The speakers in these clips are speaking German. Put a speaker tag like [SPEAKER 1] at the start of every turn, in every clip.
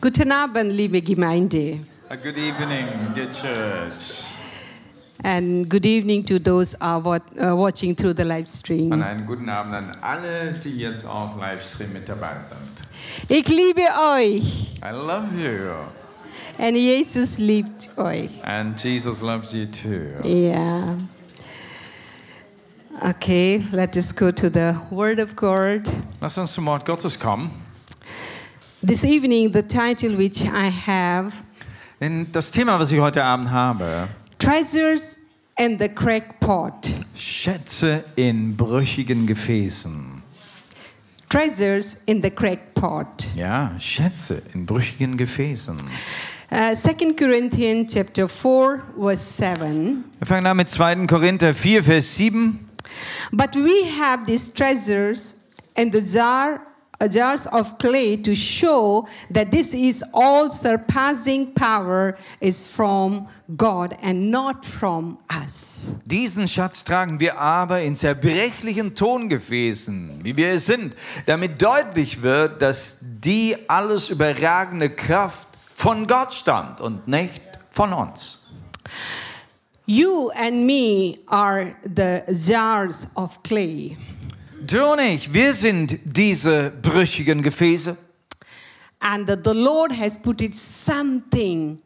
[SPEAKER 1] Guten Abend, liebe Gemeinde.
[SPEAKER 2] A good evening, dear church,
[SPEAKER 1] And good evening to those who are wat- uh, watching through the live
[SPEAKER 2] und
[SPEAKER 1] stream.
[SPEAKER 2] einen guten Abend an alle, die jetzt auch Livestream mit dabei sind.
[SPEAKER 1] Ich liebe euch
[SPEAKER 2] I love you,
[SPEAKER 1] und Jesus liebt euch.
[SPEAKER 2] and Jesus loves you too.
[SPEAKER 1] Yeah. Okay, let us go to the Word of God.
[SPEAKER 2] Lass uns zum Wort Gottes kommen.
[SPEAKER 1] This evening, the title which I have
[SPEAKER 2] Denn das Thema, was ich heute Abend habe,
[SPEAKER 1] Treasures and the Crackpot.
[SPEAKER 2] Schätze in brüchigen Gefäßen.
[SPEAKER 1] Treasures in the Crackpot.
[SPEAKER 2] Ja, Schätze in brüchigen Gefäßen.
[SPEAKER 1] Uh, 2 Corinthians chapter 4, verse 7.
[SPEAKER 2] Wir fangen an mit 2. Korinther 4, Vers 7.
[SPEAKER 1] But we have these treasures and the jar, uh, jars of clay to show that this is all surpassing power is from God and not from us.
[SPEAKER 2] Diesen Schatz tragen wir aber in zerbrechlichen Tongefäßen, wie wir es sind, damit deutlich wird, dass die alles überragende Kraft von Gott stammt und nicht von uns.
[SPEAKER 1] You and me are the jars of clay.
[SPEAKER 2] Du und ich, wir sind diese brüchigen Gefäße
[SPEAKER 1] And that the Lord has put it something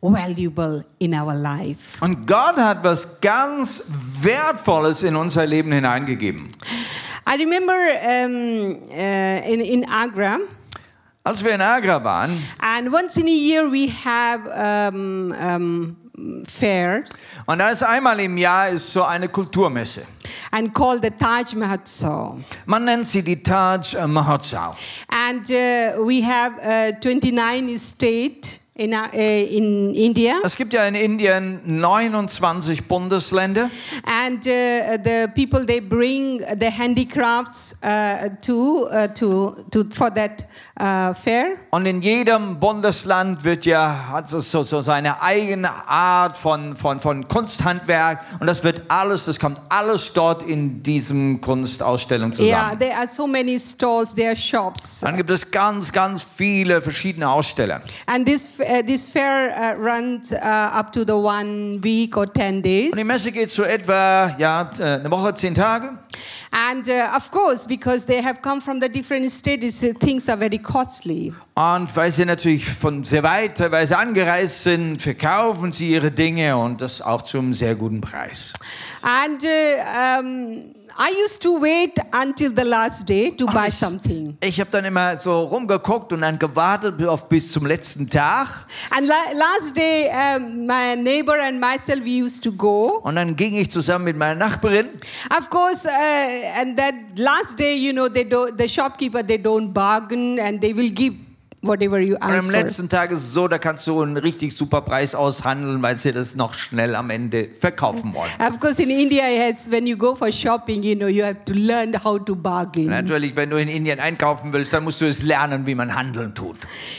[SPEAKER 1] valuable in our life.
[SPEAKER 2] und Gott hat was ganz Wertvolles in unser Leben hineingegeben.
[SPEAKER 1] I remember um, uh, in, in Agra,
[SPEAKER 2] Als wir in Agra waren
[SPEAKER 1] And once in a year we have um, um, fairs
[SPEAKER 2] und da ist einmal im Jahr ist so eine Kulturmesse.
[SPEAKER 1] and called the Taj Mahotsav.
[SPEAKER 2] Man nennt sie die Taj Mahotsav.
[SPEAKER 1] And uh, we have uh, 29 state in, uh, uh, in India.
[SPEAKER 2] Es gibt ja in Indien 29 Bundesländer
[SPEAKER 1] And uh, the people, they bring the handicrafts uh, to, uh, to, to, for that uh, fair.
[SPEAKER 2] und in jedem Bundesland wird ja hat so, so, so seine eigene Art von, von, von Kunsthandwerk und das wird alles, das kommt alles dort in diesem Kunstausstellung zusammen.
[SPEAKER 1] Yeah, there are so many stalls, there are shops.
[SPEAKER 2] Dann gibt es ganz, ganz viele verschiedene Aussteller.
[SPEAKER 1] And this, uh, this fair uh, runs uh, up to the one week or 10 days.
[SPEAKER 2] Und die Messe geht so etwa ja, äh, eine Woche, zehn Tage.
[SPEAKER 1] And uh, of course, because they have come from the different states, uh, things are very costly.
[SPEAKER 2] Und weil sie natürlich von sehr weit teilweise angereist sind, verkaufen sie ihre Dinge und das auch zum sehr guten Preis.
[SPEAKER 1] And uh, um, I used to wait until the last day to buy something.
[SPEAKER 2] Ich habe dann immer so rumgeguckt und dann gewartet auf bis zum letzten Tag.
[SPEAKER 1] And la- last day, um, my neighbor and myself, we used to go.
[SPEAKER 2] Und dann ging ich zusammen mit meiner Nachbarin.
[SPEAKER 1] Of course, uh, and that last day, you know, they do the shopkeeper, they don't bargain and they will give whatever you
[SPEAKER 2] Und am
[SPEAKER 1] ask for.
[SPEAKER 2] letzten Tag ist es so, da kannst du einen richtig super Preis aushandeln, weil sie das noch schnell am Ende verkaufen wollen.
[SPEAKER 1] Of course, in India, it's when you go for shopping, you know, you have to learn how to bargain.
[SPEAKER 2] Natürlich, wenn du in Indien einkaufen willst, dann musst du es lernen, wie man handeln tut.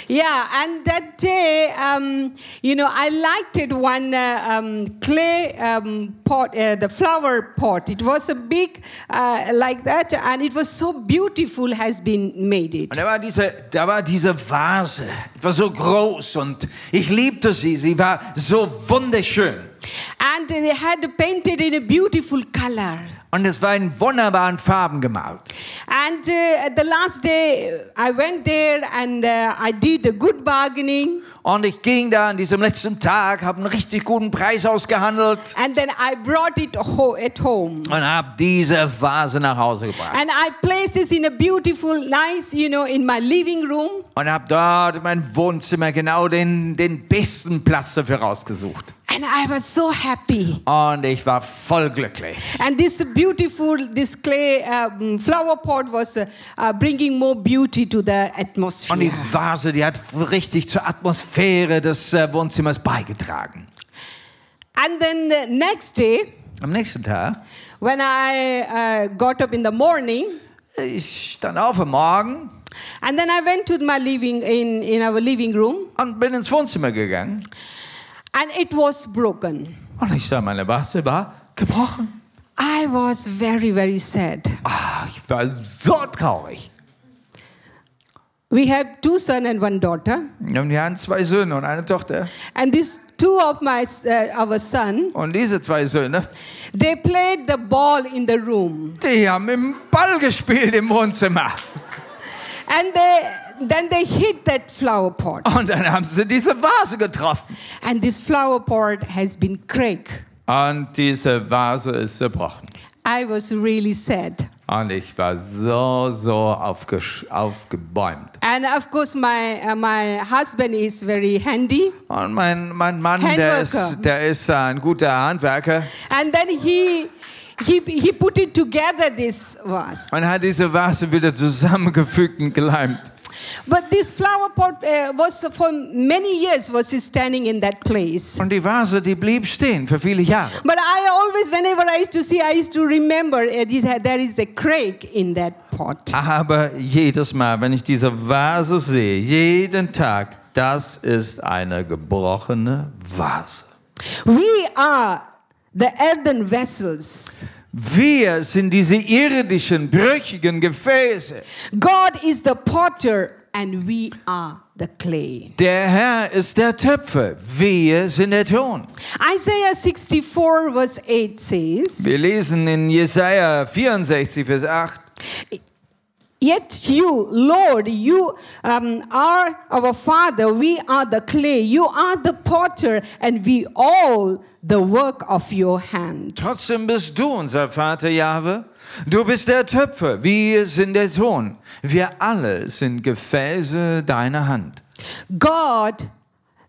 [SPEAKER 1] Yeah, and that day, um, you know, I liked it one uh, um, clay um, pot, uh, the flower pot. It was a big uh, like that, and it was so beautiful. Has been made it.
[SPEAKER 2] Und da war diese, da war diese Vase, die war so groß und ich liebte sie, sie war so wunderschön.
[SPEAKER 1] And they had painted in a beautiful color.
[SPEAKER 2] Und es war in wunderbaren Farben gemalt.
[SPEAKER 1] And uh, at the last day, uh, I went there and uh, I did a good bargaining.
[SPEAKER 2] Und ich ging da an diesem letzten Tag, habe einen richtig guten Preis ausgehandelt
[SPEAKER 1] And then I brought it ho- at home.
[SPEAKER 2] und habe diese Vase nach Hause gebracht.
[SPEAKER 1] And I placed this in a beautiful, nice, you know, in my living room.
[SPEAKER 2] Und habe dort in meinem Wohnzimmer genau den, den besten Platz dafür rausgesucht.
[SPEAKER 1] And I was so happy.
[SPEAKER 2] Und ich war voll glücklich.
[SPEAKER 1] And this beautiful, this clay um, flower pot was uh, uh, bringing more beauty to the
[SPEAKER 2] Und
[SPEAKER 1] atmosphere.
[SPEAKER 2] die Vase, die hat richtig zur Atmosphäre des äh, Wohnzimmers beigetragen.
[SPEAKER 1] And then the next day,
[SPEAKER 2] Am nächsten Tag,
[SPEAKER 1] when I uh, got up in the morning,
[SPEAKER 2] ich stand auf am Morgen
[SPEAKER 1] and then I went to my living in, in our living room,
[SPEAKER 2] und bin ins Wohnzimmer gegangen.
[SPEAKER 1] and it was broken.
[SPEAKER 2] Und ich sah, meine Vase war gebrochen.
[SPEAKER 1] I was very, very sad.
[SPEAKER 2] Ah, ich war so traurig.
[SPEAKER 1] We have two son and one daughter.
[SPEAKER 2] Und wir haben zwei Söhne und eine Tochter.
[SPEAKER 1] And these two of my uh, our son,
[SPEAKER 2] Und diese zwei Söhne,
[SPEAKER 1] they played the ball in the room.
[SPEAKER 2] die haben im Ball gespielt im Wohnzimmer.
[SPEAKER 1] And they then they hit that flower pot.
[SPEAKER 2] Und dann haben sie diese Vase getroffen.
[SPEAKER 1] And this flower pot has been cracked.
[SPEAKER 2] Und diese Vase ist zerbrochen.
[SPEAKER 1] I was really sad.
[SPEAKER 2] Und ich war so, so aufgesch- aufgebäumt.
[SPEAKER 1] And of course, my, uh, my husband is very handy.
[SPEAKER 2] Und mein, mein Mann, der
[SPEAKER 1] Handwerker.
[SPEAKER 2] ist, der ist ein guter Handwerker
[SPEAKER 1] And then he, he, he put it together, this vase.
[SPEAKER 2] und hat diese Vase wieder zusammengefügt und geleimt.
[SPEAKER 1] But this flower pot uh, was for many years was standing in that place.
[SPEAKER 2] Und die Vase, die blieb stehen für viele Jahre.
[SPEAKER 1] But I always, whenever I used to see, I used to remember uh, this, there is a crack in that pot.
[SPEAKER 2] Aber jedes Mal, wenn ich diese Vase sehe, jeden Tag, das ist eine gebrochene Vase.
[SPEAKER 1] We are the earthen vessels.
[SPEAKER 2] Wir sind diese irdischen, brüchigen Gefäße.
[SPEAKER 1] God is the potter, and we are the clay.
[SPEAKER 2] Der Herr ist der Töpfer, wir sind der Ton.
[SPEAKER 1] Isaiah 64, verse 8 says,
[SPEAKER 2] Wir lesen in Jesaja 64, Vers 8.
[SPEAKER 1] Yet you, Lord, you um, are our Father, we are the clay, you are the potter, and we all the work of your hand.
[SPEAKER 2] Trotzdem bist du unser Vater, Jahwe. Du bist der Töpfer, wir sind der Ton. Wir alle sind Gefäße deiner Hand.
[SPEAKER 1] God,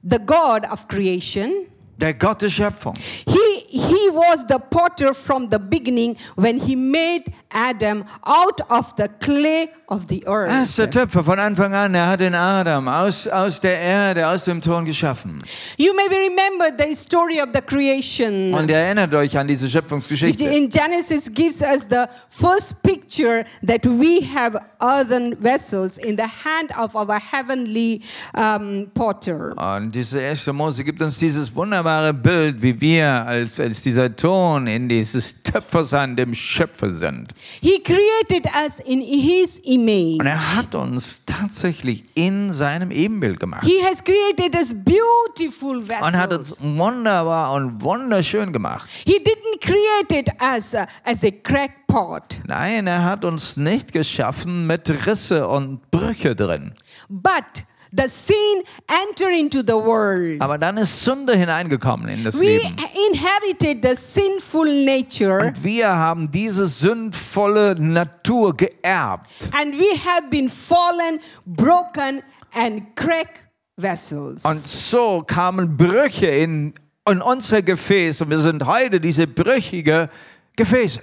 [SPEAKER 1] the God of creation,
[SPEAKER 2] Der Gott der Schöpfung.
[SPEAKER 1] he, he was the potter from the beginning when he made Adam out of the clay of the
[SPEAKER 2] Er
[SPEAKER 1] earth.
[SPEAKER 2] ist der Ah, Töpfer von Anfang an. Er hat den Adam aus, aus der Erde, aus dem Ton geschaffen.
[SPEAKER 1] You may remember the story of the creation.
[SPEAKER 2] Und erinnert euch an diese
[SPEAKER 1] Which
[SPEAKER 2] Schöpfungsgeschichte.
[SPEAKER 1] in Genesis gives us the first picture that we have earthen vessels in the hand of our heavenly um, potter.
[SPEAKER 2] Und diese erste Mose gibt uns dieses wunderbare Bild, wie wir als, als dieser Ton in dieses Töpfersand dem Schöpfer sind.
[SPEAKER 1] He created us in His image.
[SPEAKER 2] Und er hat uns tatsächlich in seinem Ebenbild gemacht.
[SPEAKER 1] He has created us beautiful
[SPEAKER 2] Und hat
[SPEAKER 1] vessels.
[SPEAKER 2] uns wunderbar und wunderschön gemacht.
[SPEAKER 1] He didn't create us uh, as a crackpot,
[SPEAKER 2] Nein, er hat uns nicht geschaffen mit Risse und Brüche drin.
[SPEAKER 1] but the sin entered into the world.
[SPEAKER 2] Aber dann ist Sünde hineingekommen in das
[SPEAKER 1] We
[SPEAKER 2] Leben.
[SPEAKER 1] inherited the sinful nature.
[SPEAKER 2] Und wir haben diese sündvolle Natur geerbt.
[SPEAKER 1] And we have been fallen, broken, and cracked vessels.
[SPEAKER 2] Und so kamen Brüche in, in unser Gefäß. Und wir sind heute diese brüchige Gefäße.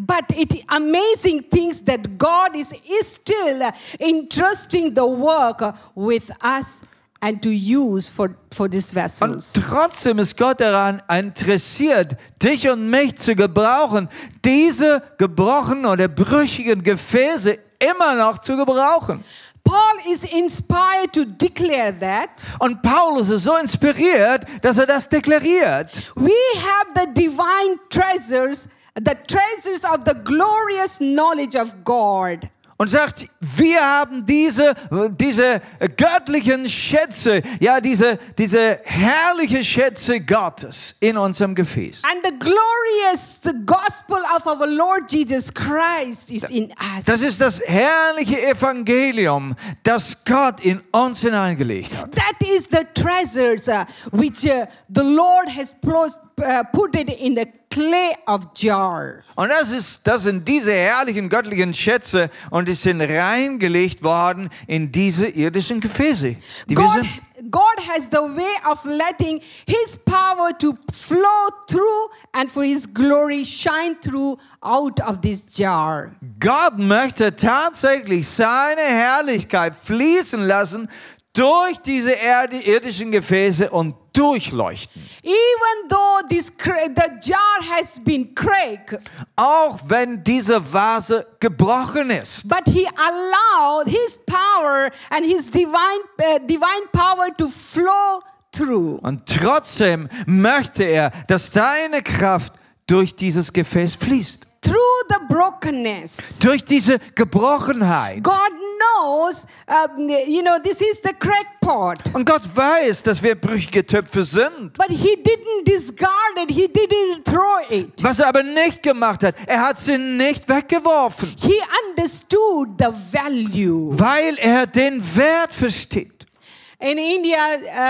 [SPEAKER 1] but it amazing things that God is, is still uh, entrusting the work with us and to use for, for these
[SPEAKER 2] Und
[SPEAKER 1] vessels.
[SPEAKER 2] trotzdem ist Gott daran interessiert, dich und mich zu gebrauchen, diese gebrochenen oder brüchigen Gefäße immer noch zu gebrauchen.
[SPEAKER 1] Paul is inspired to declare that
[SPEAKER 2] Und Paulus ist so inspiriert, dass er das deklariert.
[SPEAKER 1] we have the divine treasures, the treasures of the glorious knowledge of God.
[SPEAKER 2] Und sagt, wir haben diese, diese göttlichen Schätze, ja, diese, diese herrliche Schätze Gottes in unserem Gefäß.
[SPEAKER 1] And the glorious gospel of our Lord Jesus Christ is in us.
[SPEAKER 2] Das ist das herrliche Evangelium, das Gott in uns hineingelegt hat.
[SPEAKER 1] that is the treasures uh, which uh, the Lord has plos- uh, put it in the clay of jar.
[SPEAKER 2] Und das, ist, das sind diese herrlichen göttlichen Schätze und die sind reingelegt worden in diese irdischen Gefäße. Die wir
[SPEAKER 1] God,
[SPEAKER 2] sind.
[SPEAKER 1] God has the way of letting His power to flow through and for His glory shine through out of this jar.
[SPEAKER 2] Gott möchte tatsächlich seine Herrlichkeit fließen lassen durch diese Erde, irdischen Gefäße und durchleuchten.
[SPEAKER 1] Even though this cra- the jar has been cracked,
[SPEAKER 2] Auch wenn diese Vase gebrochen ist.
[SPEAKER 1] But he allowed his power and his divine, uh, divine power to flow through.
[SPEAKER 2] Und trotzdem möchte er, dass seine Kraft durch dieses Gefäß fließt.
[SPEAKER 1] Through the brokenness,
[SPEAKER 2] Durch diese Gebrochenheit.
[SPEAKER 1] God knows, um, you know, this is the correct pot.
[SPEAKER 2] Und Gott weiß, dass wir brüchige Töpfe sind.
[SPEAKER 1] But he didn't discard it, he didn't throw it.
[SPEAKER 2] Was er aber nicht gemacht hat, er hat sie nicht weggeworfen,
[SPEAKER 1] He understood the value.
[SPEAKER 2] weil er den Wert versteht.
[SPEAKER 1] In India,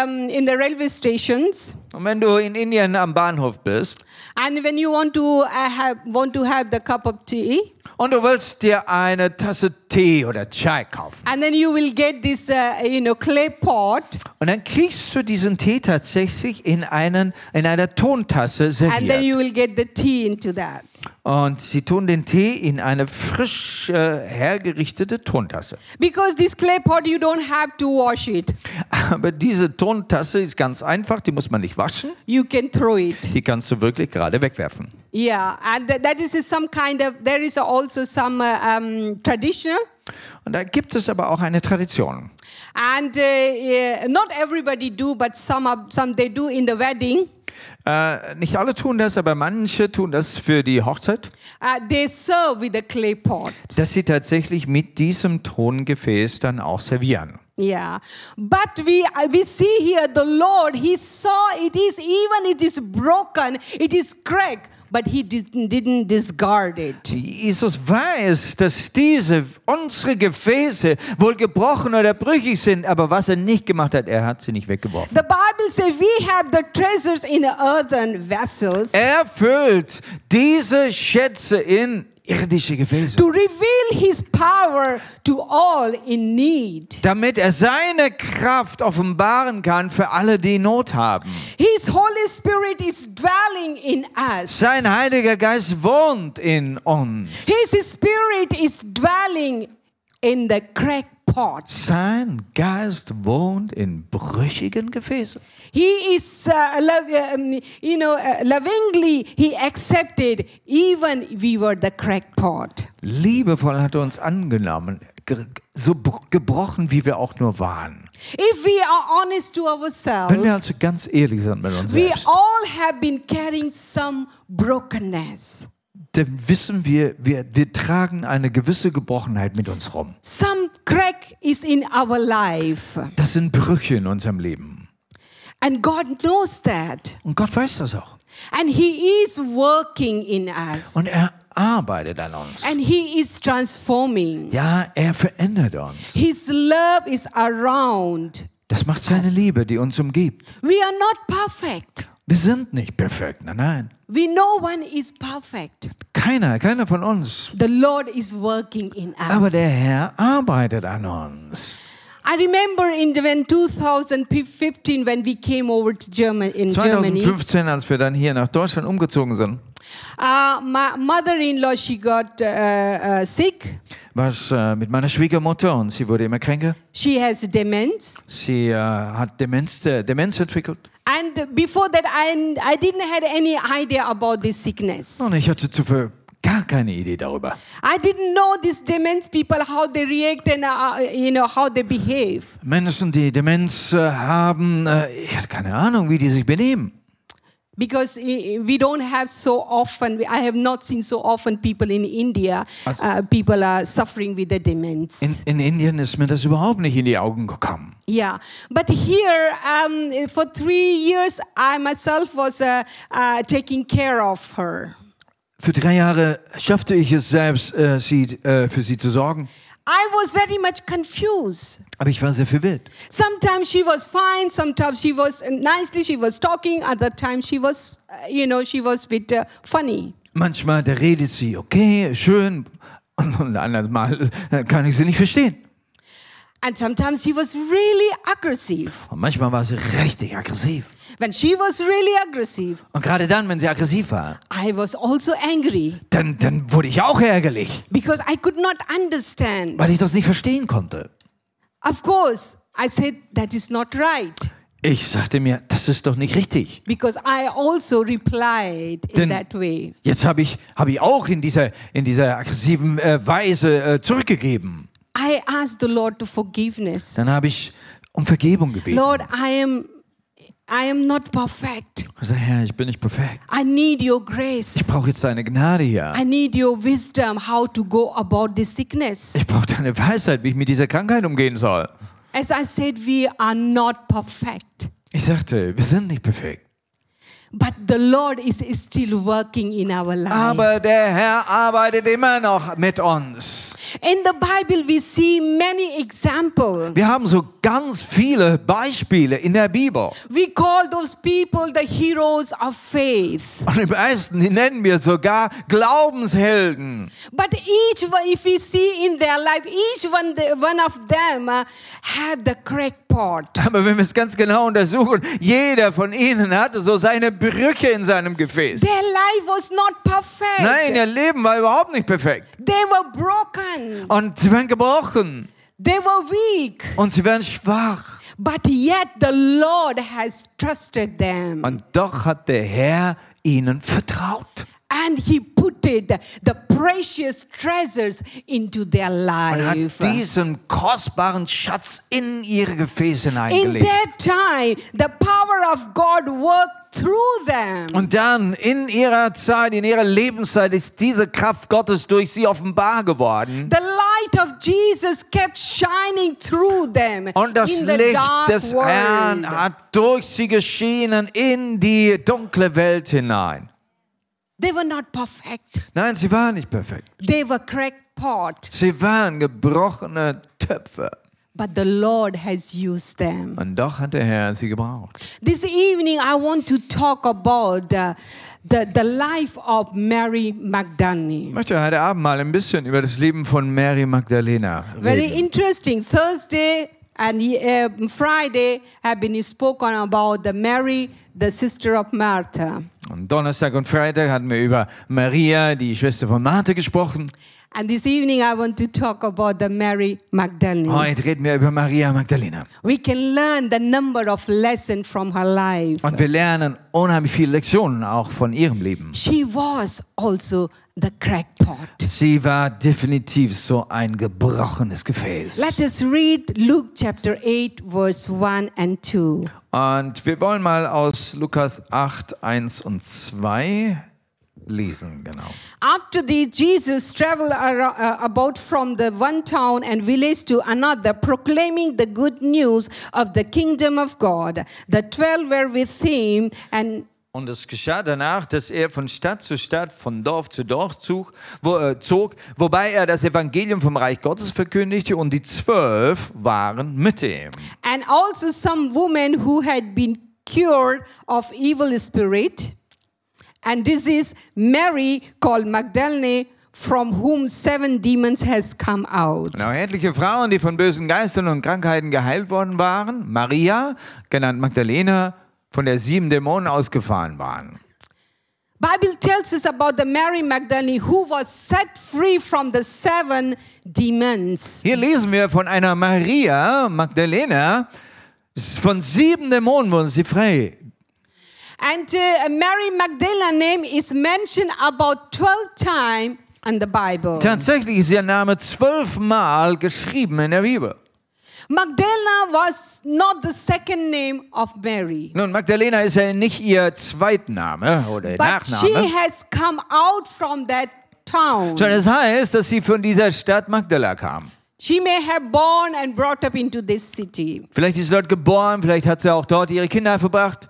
[SPEAKER 1] um, in the railway stations,
[SPEAKER 2] Und wenn du in Indien am Bahnhof bist
[SPEAKER 1] and when you want to uh, have want to have the cup of tea,
[SPEAKER 2] und du willst dir eine Tasse Tee oder Chai kaufen
[SPEAKER 1] and then you will get this, uh, you know, clay pot,
[SPEAKER 2] und dann kriegst du diesen Tee tatsächlich in, einen, in einer Tontasse
[SPEAKER 1] and then
[SPEAKER 2] serviert.
[SPEAKER 1] you will get the tea into that.
[SPEAKER 2] Und sie tun den Tee in eine frisch äh, hergerichtete Tontasse.
[SPEAKER 1] Because this clay pot, you don't have to wash it.
[SPEAKER 2] Aber diese Tontasse ist ganz einfach, die muss man nicht waschen,
[SPEAKER 1] You can throw it.
[SPEAKER 2] die kannst du wirklich gerade wegwerfen.
[SPEAKER 1] Yeah, and th- that is some kind of, there is also some uh, um, traditional,
[SPEAKER 2] Und da gibt es aber auch eine Tradition.
[SPEAKER 1] and uh, yeah, not everybody do, but some, are, some they do in the wedding.
[SPEAKER 2] Äh, nicht alle tun das, aber manche tun das für die Hochzeit,
[SPEAKER 1] Uh, they serve with the clay pot.
[SPEAKER 2] dass sie tatsächlich mit diesem Tongefäß dann auch servieren.
[SPEAKER 1] Yeah, but we uh, we see here the Lord. He saw it is even it is broken, it is cracked, but he didn't didn't discard it.
[SPEAKER 2] Jesus weiß, dass diese, unsere Gefäße wohl gebrochen oder brüchig sind, aber was er nicht gemacht hat, er hat sie nicht weggeworfen.
[SPEAKER 1] The Bible says we have the treasures in earthen vessels
[SPEAKER 2] Er füllt diese Schätze in irdische Gefäße,
[SPEAKER 1] to reveal His power to all in need.
[SPEAKER 2] damit er seine Kraft offenbaren kann für alle, die Not haben.
[SPEAKER 1] His Holy Spirit is dwelling in us.
[SPEAKER 2] Sein Heiliger Geist wohnt in uns.
[SPEAKER 1] His Spirit is dwelling in the cracked pot.
[SPEAKER 2] Sein Geist wohnt in brüchigen Gefäßen.
[SPEAKER 1] He is, uh, love, um, you know, uh, lovingly he accepted even we were the crackpot.
[SPEAKER 2] Liebevoll hat er uns angenommen, ge- so br- gebrochen, wie wir auch nur waren.
[SPEAKER 1] If we are honest to
[SPEAKER 2] Wenn
[SPEAKER 1] ourselves,
[SPEAKER 2] wir also ganz ehrlich sind mit uns
[SPEAKER 1] we
[SPEAKER 2] selbst,
[SPEAKER 1] all have been carrying some brokenness,
[SPEAKER 2] dann wissen wir, wir, wir tragen eine gewisse Gebrochenheit mit uns rum.
[SPEAKER 1] some crack is in our life,
[SPEAKER 2] Das sind Brüche in unserem Leben.
[SPEAKER 1] and God knows that,
[SPEAKER 2] Und Gott weiß das auch.
[SPEAKER 1] and He is working in us,
[SPEAKER 2] Und er arbeitet an uns.
[SPEAKER 1] and He is transforming.
[SPEAKER 2] Ja, er verändert uns.
[SPEAKER 1] His love is around.
[SPEAKER 2] Das macht seine Liebe, die uns umgibt.
[SPEAKER 1] We are not perfect.
[SPEAKER 2] Wir sind nicht perfekt, nein, nein.
[SPEAKER 1] We know one is perfect.
[SPEAKER 2] Keiner, keiner von uns.
[SPEAKER 1] The Lord is working in
[SPEAKER 2] Aber
[SPEAKER 1] us.
[SPEAKER 2] der Herr arbeitet an uns.
[SPEAKER 1] I remember in the, when 2015 when we came over to German in Germany,
[SPEAKER 2] 2015, als wir dann hier nach Deutschland umgezogen sind,
[SPEAKER 1] uh, my mother-in-law she got uh, uh, sick.
[SPEAKER 2] war es äh, mit meiner Schwiegermutter und sie wurde immer kränker.
[SPEAKER 1] She has demence,
[SPEAKER 2] Sie äh, hat Demenz, äh, Demenz entwickelt.
[SPEAKER 1] and before that, I I didn't had any idea about this sickness.
[SPEAKER 2] Und ich hatte zuvor gar keine Idee darüber.
[SPEAKER 1] I didn't know these demence people how they react and uh, you know how they behave.
[SPEAKER 2] Menschen, die Demenz äh, haben, äh, ich hatte keine Ahnung, wie die sich benehmen.
[SPEAKER 1] because i- i- we don't have so often i have not seen so often people in india
[SPEAKER 2] Also-
[SPEAKER 1] uh, people are suffering with the demence
[SPEAKER 2] In, in Indien ist mir das überhaupt nicht in die Augen gekommen.
[SPEAKER 1] yeah but here um, for three years i myself was uh, uh, taking care of her
[SPEAKER 2] Für drei Jahre schaffte ich es selbst, äh, sie, äh, für sie zu sorgen.
[SPEAKER 1] i was very much confused
[SPEAKER 2] Aber ich war sehr verwirrt.
[SPEAKER 1] sometimes she was fine sometimes she was nicely she was talking other times she was uh, you know she was a bit uh, funny
[SPEAKER 2] Manchmal, da redet sie, okay, schön. Und, und andermal äh, kann ich sie nicht verstehen.
[SPEAKER 1] and sometimes she was really aggressive
[SPEAKER 2] Und manchmal war sie richtig aggressiv.
[SPEAKER 1] when she was really aggressive
[SPEAKER 2] Und gerade dann, wenn sie aggressiv war,
[SPEAKER 1] I was also angry
[SPEAKER 2] dann, dann wurde ich auch ärgerlich,
[SPEAKER 1] because I could not understand.
[SPEAKER 2] weil ich das nicht verstehen konnte.
[SPEAKER 1] Of course, I said that is not right
[SPEAKER 2] Ich sagte mir, das ist doch nicht richtig.
[SPEAKER 1] because I also replied in
[SPEAKER 2] Then-
[SPEAKER 1] that way.
[SPEAKER 2] Jetzt habe ich, habe ich auch in dieser, in dieser aggressiven äh, Weise äh, zurückgegeben.
[SPEAKER 1] I asked the Lord to forgiveness.
[SPEAKER 2] Dann habe ich um Vergebung gebeten.
[SPEAKER 1] Lord, I am I am not perfect.
[SPEAKER 2] Und sag, Herr, ich bin nicht perfekt.
[SPEAKER 1] I need your grace.
[SPEAKER 2] Ich brauche jetzt deine Gnade hier.
[SPEAKER 1] I need your wisdom how to go about this sickness.
[SPEAKER 2] Ich brauche deine Weisheit, wie ich mit dieser Krankheit umgehen soll.
[SPEAKER 1] As I said, we are not perfect,
[SPEAKER 2] Ich sagte, wir sind nicht perfekt.
[SPEAKER 1] but the Lord is still working in our
[SPEAKER 2] Ah,
[SPEAKER 1] life.
[SPEAKER 2] Aber der Herr arbeitet immer noch mit uns.
[SPEAKER 1] In the Bible, we see many examples.
[SPEAKER 2] Wir haben so ganz viele Beispiele in der Bibel.
[SPEAKER 1] We call those people the heroes of faith.
[SPEAKER 2] Und im ersten, die nennen wir sogar Glaubenshelden.
[SPEAKER 1] But each one, if we see in their life, each one, the- one of them uh, had the correct part.
[SPEAKER 2] Aber wenn wir es ganz genau untersuchen, jeder von ihnen hatte so seine Brücke in seinem Gefäß.
[SPEAKER 1] Their life was not perfect.
[SPEAKER 2] Nein, ihr Leben war überhaupt nicht perfekt.
[SPEAKER 1] They were broken.
[SPEAKER 2] Und sie werden gebrochen.
[SPEAKER 1] They were weak.
[SPEAKER 2] Und sie werden schwach.
[SPEAKER 1] But yet the Lord has trusted them.
[SPEAKER 2] Und doch hat der Herr ihnen vertraut.
[SPEAKER 1] And He put it, the precious treasures into their
[SPEAKER 2] Und hat
[SPEAKER 1] life.
[SPEAKER 2] diesen kostbaren Schatz in ihre Gefäße
[SPEAKER 1] In
[SPEAKER 2] hineingelegt.
[SPEAKER 1] that time, the power of God worked through them.
[SPEAKER 2] Und dann in ihrer Zeit, in ihrer Lebenszeit ist diese Kraft Gottes durch sie offenbar geworden.
[SPEAKER 1] The light of Jesus kept shining through them
[SPEAKER 2] Und das
[SPEAKER 1] in the
[SPEAKER 2] Licht
[SPEAKER 1] dark
[SPEAKER 2] des
[SPEAKER 1] world.
[SPEAKER 2] Herrn hat durch sie geschienen in die dunkle Welt hinein.
[SPEAKER 1] They were not perfect.
[SPEAKER 2] Nein, sie waren nicht perfekt.
[SPEAKER 1] They were cracked pot,
[SPEAKER 2] Sie waren gebrochene Töpfe.
[SPEAKER 1] but the Lord has used them.
[SPEAKER 2] Und doch hat der Herr sie gebraucht.
[SPEAKER 1] This evening, I want to talk about uh, the, the life of Mary
[SPEAKER 2] Ich
[SPEAKER 1] Magdalene.
[SPEAKER 2] möchte heute Abend mal ein bisschen über das Leben von Mary Magdalena
[SPEAKER 1] Very
[SPEAKER 2] reden.
[SPEAKER 1] interesting. Thursday and uh, Friday have been spoken about the Mary, the sister of Martha.
[SPEAKER 2] Und Donnerstag und Freitag hatten wir über Maria, die Schwester von Martha, gesprochen.
[SPEAKER 1] And this evening, I want to talk about the Mary Magdalene.
[SPEAKER 2] Heute reden wir über Maria Magdalena.
[SPEAKER 1] We can learn the number of lessons from her life.
[SPEAKER 2] Und wir lernen unheimlich viele Lektionen auch von ihrem Leben.
[SPEAKER 1] She was also the crackpot.
[SPEAKER 2] Sie war definitiv so ein gebrochenes Gefäß.
[SPEAKER 1] Let us read Luke chapter 8, verse 1 and 2.
[SPEAKER 2] Und wir wollen mal aus Lukas 8, 1 und 2 lesen, genau.
[SPEAKER 1] After this, Jesus traveled ar- uh, about from the one town and village to another, proclaiming the good news of the kingdom of God. The twelve were with him, and
[SPEAKER 2] Und es geschah danach, dass er von Stadt zu Stadt, von Dorf zu Dorf zog, wo, äh, zog, wobei er das Evangelium vom Reich Gottes verkündigte und die zwölf waren mit ihm.
[SPEAKER 1] and also some women who had been cured of evil spirit and disease mary called magdalene from whom seven demons has come out
[SPEAKER 2] Genau, etliche Frauen, die von bösen Geistern und Krankheiten geheilt worden waren, Maria, genannt Magdalena, von der sieben Dämonen ausgefahren waren.
[SPEAKER 1] bible tells us about the mary magdalene who was set free from the seven demons
[SPEAKER 2] Hier lesen wir von einer Maria Magdalena, von sieben Dämonen wurden sie frei.
[SPEAKER 1] and uh, mary magdalene name is mentioned about 12 times in the bible
[SPEAKER 2] Tatsächlich ist ihr Name zwölfmal geschrieben in der Bibel.
[SPEAKER 1] magdalene was not the second name of mary
[SPEAKER 2] Nun, Magdalena ist ja nicht ihr Zweitname oder
[SPEAKER 1] But she
[SPEAKER 2] Nachname,
[SPEAKER 1] has come out from that town.
[SPEAKER 2] sondern es heißt, dass sie von dieser Stadt Magdala kam.
[SPEAKER 1] She may have born and brought up into this city.
[SPEAKER 2] Vielleicht ist sie dort geboren, vielleicht hat sie auch dort ihre Kinder verbracht.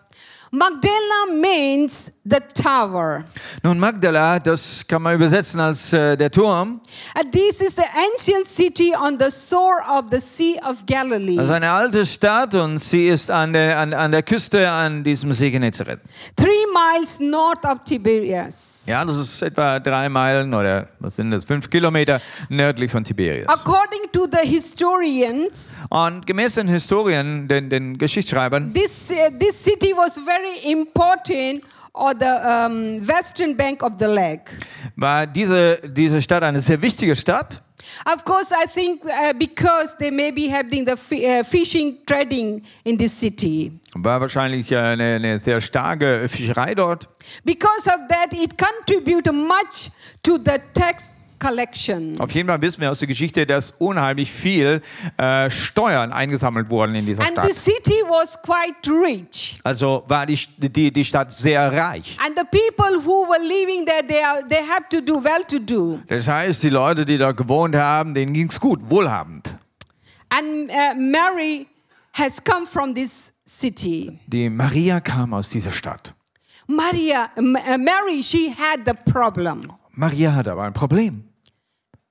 [SPEAKER 1] Magdala means the tower.
[SPEAKER 2] Nun, Magdala, das kann man übersetzen als äh, der Turm.
[SPEAKER 1] And Uh, this is the ancient city on the shore of the Sea of Galilee.
[SPEAKER 2] Das ist also eine alte Stadt und sie ist an der, an, an der Küste an diesem See Genezareth.
[SPEAKER 1] Three miles north of Tiberias.
[SPEAKER 2] Ja, das ist etwa drei Meilen oder was sind das, fünf Kilometer nördlich von Tiberias.
[SPEAKER 1] According to the historians,
[SPEAKER 2] Und gemäß den Historien, den, den Geschichtsschreibern,
[SPEAKER 1] this, uh, this city was very important on the um, western bank of the lake.
[SPEAKER 2] war diese, diese Stadt eine sehr wichtige Stadt.
[SPEAKER 1] Of course, I think uh, because they may be having the fi- uh, fishing trading in this city.
[SPEAKER 2] War wahrscheinlich äh, eine, eine sehr starke Fischerei dort.
[SPEAKER 1] Because of that, it contributed much to the tax collection.
[SPEAKER 2] Auf jeden Fall wissen wir aus der Geschichte, dass unheimlich viel äh, Steuern eingesammelt wurden in dieser
[SPEAKER 1] And the
[SPEAKER 2] Stadt.
[SPEAKER 1] city was quite rich.
[SPEAKER 2] Also war die, die, die Stadt sehr reich.
[SPEAKER 1] And the people who were living there, they, are, they have to do well to do.
[SPEAKER 2] Das heißt, die Leute, die da gewohnt haben, denen ging es gut, wohlhabend.
[SPEAKER 1] And uh, Mary has come from this city.
[SPEAKER 2] Die Maria kam aus dieser Stadt.
[SPEAKER 1] Maria, M- uh, Mary, she had the problem.
[SPEAKER 2] Maria hatte aber ein Problem.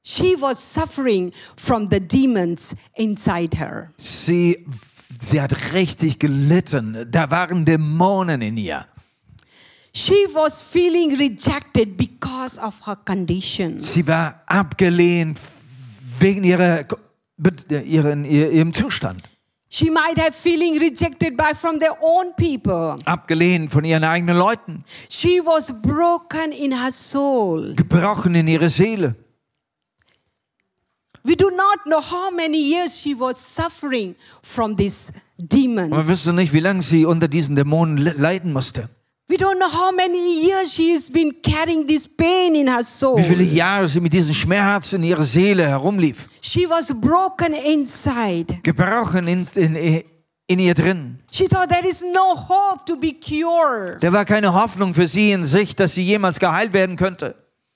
[SPEAKER 1] She was suffering from the demons inside her.
[SPEAKER 2] Sie, sie hat richtig gelitten. Da waren Dämonen in ihr.
[SPEAKER 1] She was feeling rejected because of her condition.
[SPEAKER 2] Sie war abgelehnt wegen ihrer, äh, ihren, ihrem Zustand.
[SPEAKER 1] She might have feeling rejected by from their own people.
[SPEAKER 2] Abgelehnt von ihren eigenen Leuten.
[SPEAKER 1] She was broken in her soul.
[SPEAKER 2] Gebrochen in ihre Seele.
[SPEAKER 1] We do not know how many years she was suffering from these
[SPEAKER 2] Und wir
[SPEAKER 1] demons.
[SPEAKER 2] wissen nicht, wie lange sie unter diesen Dämonen le- leiden musste.
[SPEAKER 1] We don't know how many years she has been carrying this pain in her soul.
[SPEAKER 2] Wie viele Jahre sie mit diesem Schmerz in ihrer Seele herumlief.
[SPEAKER 1] She was broken inside.
[SPEAKER 2] Gebrochen in, in, in ihr drin.
[SPEAKER 1] She thought there is no hope to be cured.
[SPEAKER 2] Da war keine Hoffnung für sie in sich, dass sie jemals geheilt werden könnte.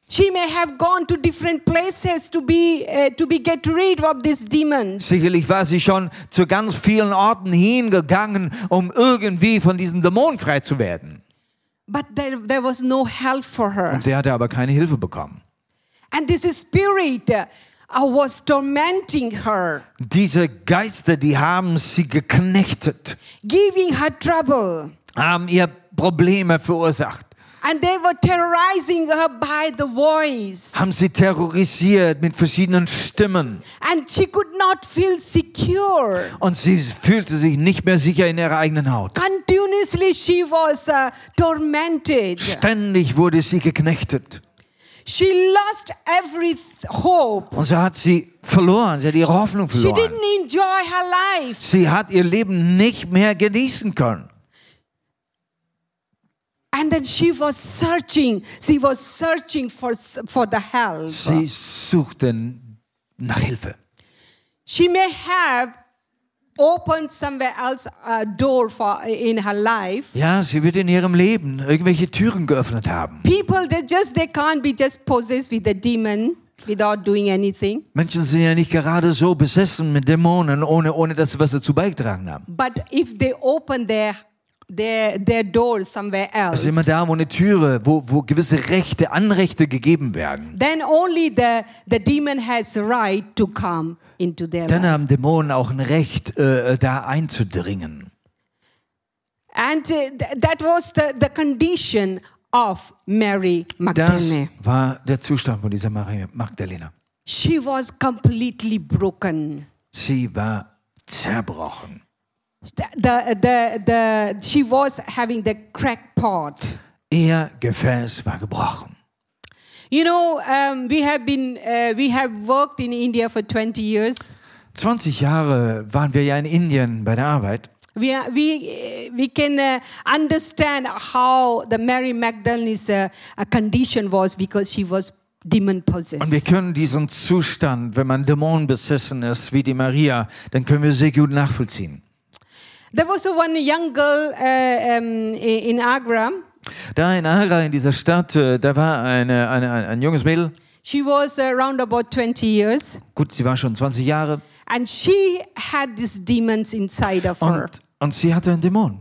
[SPEAKER 1] She may have gone to different places to be uh, to be get rid of these demons.
[SPEAKER 2] Sicherlich war sie schon zu ganz vielen Orten hingegangen, um irgendwie von diesem Dämon frei zu werden.
[SPEAKER 1] But there, there was no help for her.
[SPEAKER 2] Und sie hatte aber keine Hilfe bekommen.
[SPEAKER 1] And this spirit uh, was tormenting her,
[SPEAKER 2] Diese Geister, die haben sie geknechtet,
[SPEAKER 1] giving her trouble.
[SPEAKER 2] haben ihr Probleme verursacht,
[SPEAKER 1] And they were terrorizing her by the voice.
[SPEAKER 2] haben sie terrorisiert mit verschiedenen Stimmen.
[SPEAKER 1] And she could not feel secure.
[SPEAKER 2] Und sie fühlte sich nicht mehr sicher in ihrer eigenen Haut.
[SPEAKER 1] Continuously, she was uh, tormented.
[SPEAKER 2] Ständig wurde sie geknechtet.
[SPEAKER 1] She lost every th- hope.
[SPEAKER 2] Und so hat sie verloren, sie hat ihre Hoffnung
[SPEAKER 1] She
[SPEAKER 2] verloren.
[SPEAKER 1] didn't enjoy her life.
[SPEAKER 2] Sie hat ihr Leben nicht mehr genießen können.
[SPEAKER 1] And then she was searching. She was searching for, s- for the help.
[SPEAKER 2] Sie suchten nach Hilfe.
[SPEAKER 1] She may have opened somewhere else a door for in her life.
[SPEAKER 2] Ja, sie wird in ihrem Leben irgendwelche Türen geöffnet haben.
[SPEAKER 1] People, they just they can't be just possessed with a demon without doing anything.
[SPEAKER 2] Menschen sind ja nicht gerade so besessen mit Dämonen, ohne, ohne dass sie was dazu beigetragen haben.
[SPEAKER 1] But if they open their their their door somewhere
[SPEAKER 2] Es
[SPEAKER 1] else,
[SPEAKER 2] ist Also immer da, wo eine Türe, wo, wo gewisse Rechte, Anrechte gegeben werden.
[SPEAKER 1] then only the the demon has right to come into their
[SPEAKER 2] Dann
[SPEAKER 1] life.
[SPEAKER 2] haben Dämonen auch ein Recht, äh, da einzudringen.
[SPEAKER 1] And uh, th- that was the the condition of Mary
[SPEAKER 2] Das
[SPEAKER 1] Magdalene.
[SPEAKER 2] war der Zustand von dieser Maria Magdalena.
[SPEAKER 1] She was completely broken.
[SPEAKER 2] Sie war zerbrochen.
[SPEAKER 1] the, the, the, the, she was having the crack pot.
[SPEAKER 2] Ihr Gefäß war gebrochen.
[SPEAKER 1] You know, um, we have been, uh, we have worked in India for 20 years.
[SPEAKER 2] 20 Jahre waren wir ja in Indien bei der Arbeit.
[SPEAKER 1] We, are, we, uh, we can uh, understand how the Mary Magdalene's uh, uh, condition was because she was demon
[SPEAKER 2] Und wir
[SPEAKER 1] possessed.
[SPEAKER 2] können diesen Zustand, wenn man Dämonen besessen ist, wie die Maria, dann können wir sehr gut nachvollziehen.
[SPEAKER 1] There was a one young girl uh, um, i- in Agra.
[SPEAKER 2] Da in Agra, in dieser Stadt, äh, da war eine, eine, ein, ein junges Mädel.
[SPEAKER 1] She was around about 20 years
[SPEAKER 2] Gut, sie war schon 20 Jahre.
[SPEAKER 1] and she had these demons inside of her.
[SPEAKER 2] Und, und sie hatte einen Dämon.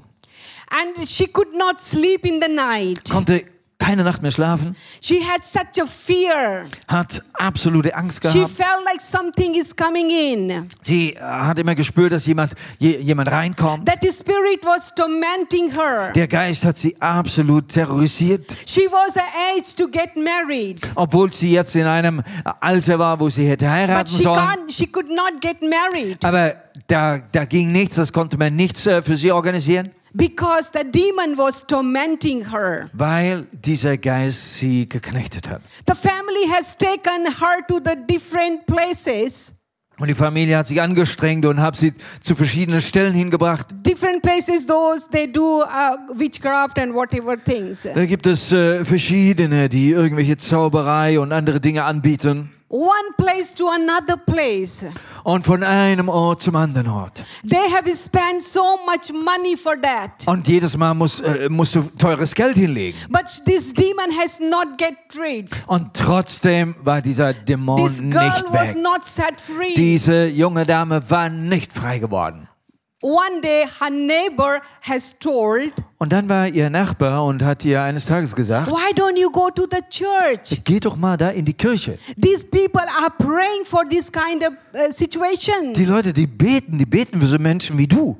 [SPEAKER 1] And she could not sleep in the night.
[SPEAKER 2] Konnte keine Nacht mehr schlafen,
[SPEAKER 1] She had such a fear.
[SPEAKER 2] hat absolute Angst
[SPEAKER 1] She
[SPEAKER 2] gehabt.
[SPEAKER 1] felt like something is coming in.
[SPEAKER 2] Sie äh, hat immer gespürt, dass jemand, je, jemand reinkommt.
[SPEAKER 1] That spirit was tormenting her.
[SPEAKER 2] Der Geist hat sie absolut terrorisiert.
[SPEAKER 1] She was her age to get married,
[SPEAKER 2] obwohl sie jetzt in einem Alter war, wo sie hätte
[SPEAKER 1] but
[SPEAKER 2] heiraten
[SPEAKER 1] she
[SPEAKER 2] sollen.
[SPEAKER 1] can't. She could not get married
[SPEAKER 2] Aber da, da ging nichts, das konnte man nichts äh, für sie organisieren,
[SPEAKER 1] because the demon was tormenting her.
[SPEAKER 2] weil dieser Geist sie geknechtet hat.
[SPEAKER 1] The family has taken her to the different places,
[SPEAKER 2] Und die Familie hat sich angestrengt und habe sie zu verschiedenen Stellen hingebracht.
[SPEAKER 1] Different places, those they do uh, witchcraft and whatever things.
[SPEAKER 2] Da gibt es äh, verschiedene, die irgendwelche Zauberei und andere Dinge anbieten.
[SPEAKER 1] One place to another place.
[SPEAKER 2] Und von einem Ort zum anderen Ort.
[SPEAKER 1] They have spent so much money for that.
[SPEAKER 2] Und jedes Mal muss, äh, musst du teures Geld hinlegen.
[SPEAKER 1] But this demon has not get rid.
[SPEAKER 2] Und trotzdem war dieser Dämon
[SPEAKER 1] This
[SPEAKER 2] nicht
[SPEAKER 1] girl was
[SPEAKER 2] weg.
[SPEAKER 1] not set free.
[SPEAKER 2] Diese junge Dame war nicht frei geworden.
[SPEAKER 1] One day her neighbor has told,
[SPEAKER 2] Und dann war ihr Nachbar und hat ihr eines Tages gesagt,
[SPEAKER 1] Why don't you go to the church?
[SPEAKER 2] geh doch mal da in die Kirche.
[SPEAKER 1] These people are praying for this kind of uh, situation.
[SPEAKER 2] Die Leute, die beten, die beten für so Menschen wie du.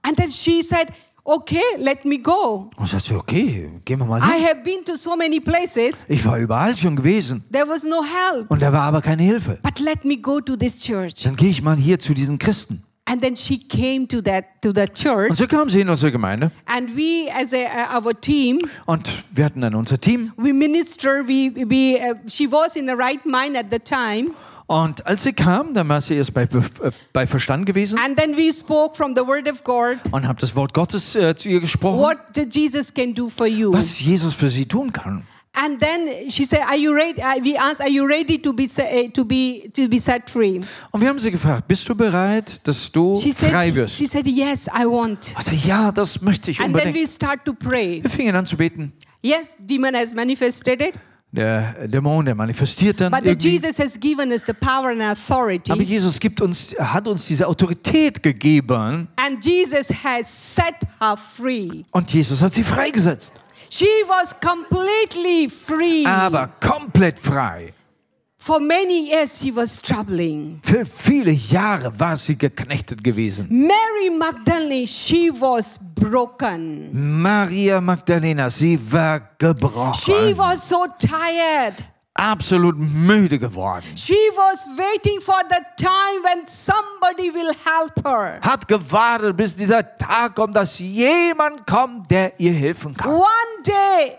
[SPEAKER 1] And then she said, Okay, let me go.
[SPEAKER 2] Und sagt sie, okay, gehen wir mal
[SPEAKER 1] I
[SPEAKER 2] hin.
[SPEAKER 1] have been to so many places,
[SPEAKER 2] Ich war überall schon gewesen
[SPEAKER 1] there was no help.
[SPEAKER 2] und da war aber keine Hilfe.
[SPEAKER 1] But let me go to this church.
[SPEAKER 2] Dann gehe ich mal hier zu diesen Christen.
[SPEAKER 1] And then she came to that to the
[SPEAKER 2] Und
[SPEAKER 1] church.
[SPEAKER 2] so kamen sie in unsere Gemeinde
[SPEAKER 1] And we, as a, uh, our team,
[SPEAKER 2] und wir hatten dann unser Team.
[SPEAKER 1] we minister. We, we uh, she was in the right mind at the time.
[SPEAKER 2] Und als sie kam, dann war sie erst bei, äh, bei Verstand gewesen
[SPEAKER 1] And then we spoke from the Word of God
[SPEAKER 2] und habe das Wort Gottes äh, zu ihr gesprochen,
[SPEAKER 1] what the Jesus can do for you.
[SPEAKER 2] was Jesus für sie tun kann.
[SPEAKER 1] And then she said, "Are you ready?" uh, We asked, "Are you ready to be se- eh, to be to be set free?"
[SPEAKER 2] Und wir haben sie gefragt, bist du bereit, dass du
[SPEAKER 1] She said,
[SPEAKER 2] frei wirst?
[SPEAKER 1] "She said yes, I want."
[SPEAKER 2] Also ja, das möchte ich
[SPEAKER 1] And then
[SPEAKER 2] unbedingt.
[SPEAKER 1] we start to pray.
[SPEAKER 2] Wir fingen an zu beten.
[SPEAKER 1] Yes, demon has manifested it,
[SPEAKER 2] Der Dämon, der manifestiert dann
[SPEAKER 1] but the
[SPEAKER 2] irgendwie.
[SPEAKER 1] Jesus has given us the power and
[SPEAKER 2] Aber
[SPEAKER 1] authority,
[SPEAKER 2] Jesus gibt uns, hat uns diese Autorität gegeben
[SPEAKER 1] and Jesus has set her free.
[SPEAKER 2] und Jesus hat sie freigesetzt.
[SPEAKER 1] She was completely free.
[SPEAKER 2] Aber komplett frei.
[SPEAKER 1] For many years, she was troubling.
[SPEAKER 2] Für viele Jahre war sie geknechtet gewesen.
[SPEAKER 1] Mary Magdalene, she was broken.
[SPEAKER 2] Maria Magdalena, sie war
[SPEAKER 1] She
[SPEAKER 2] gebrochen,
[SPEAKER 1] was so tired.
[SPEAKER 2] absolut müde geworden,
[SPEAKER 1] She was waiting for the time when somebody will help her.
[SPEAKER 2] hat gewartet, bis dieser Tag kommt, dass jemand kommt, der ihr helfen kann.
[SPEAKER 1] One day,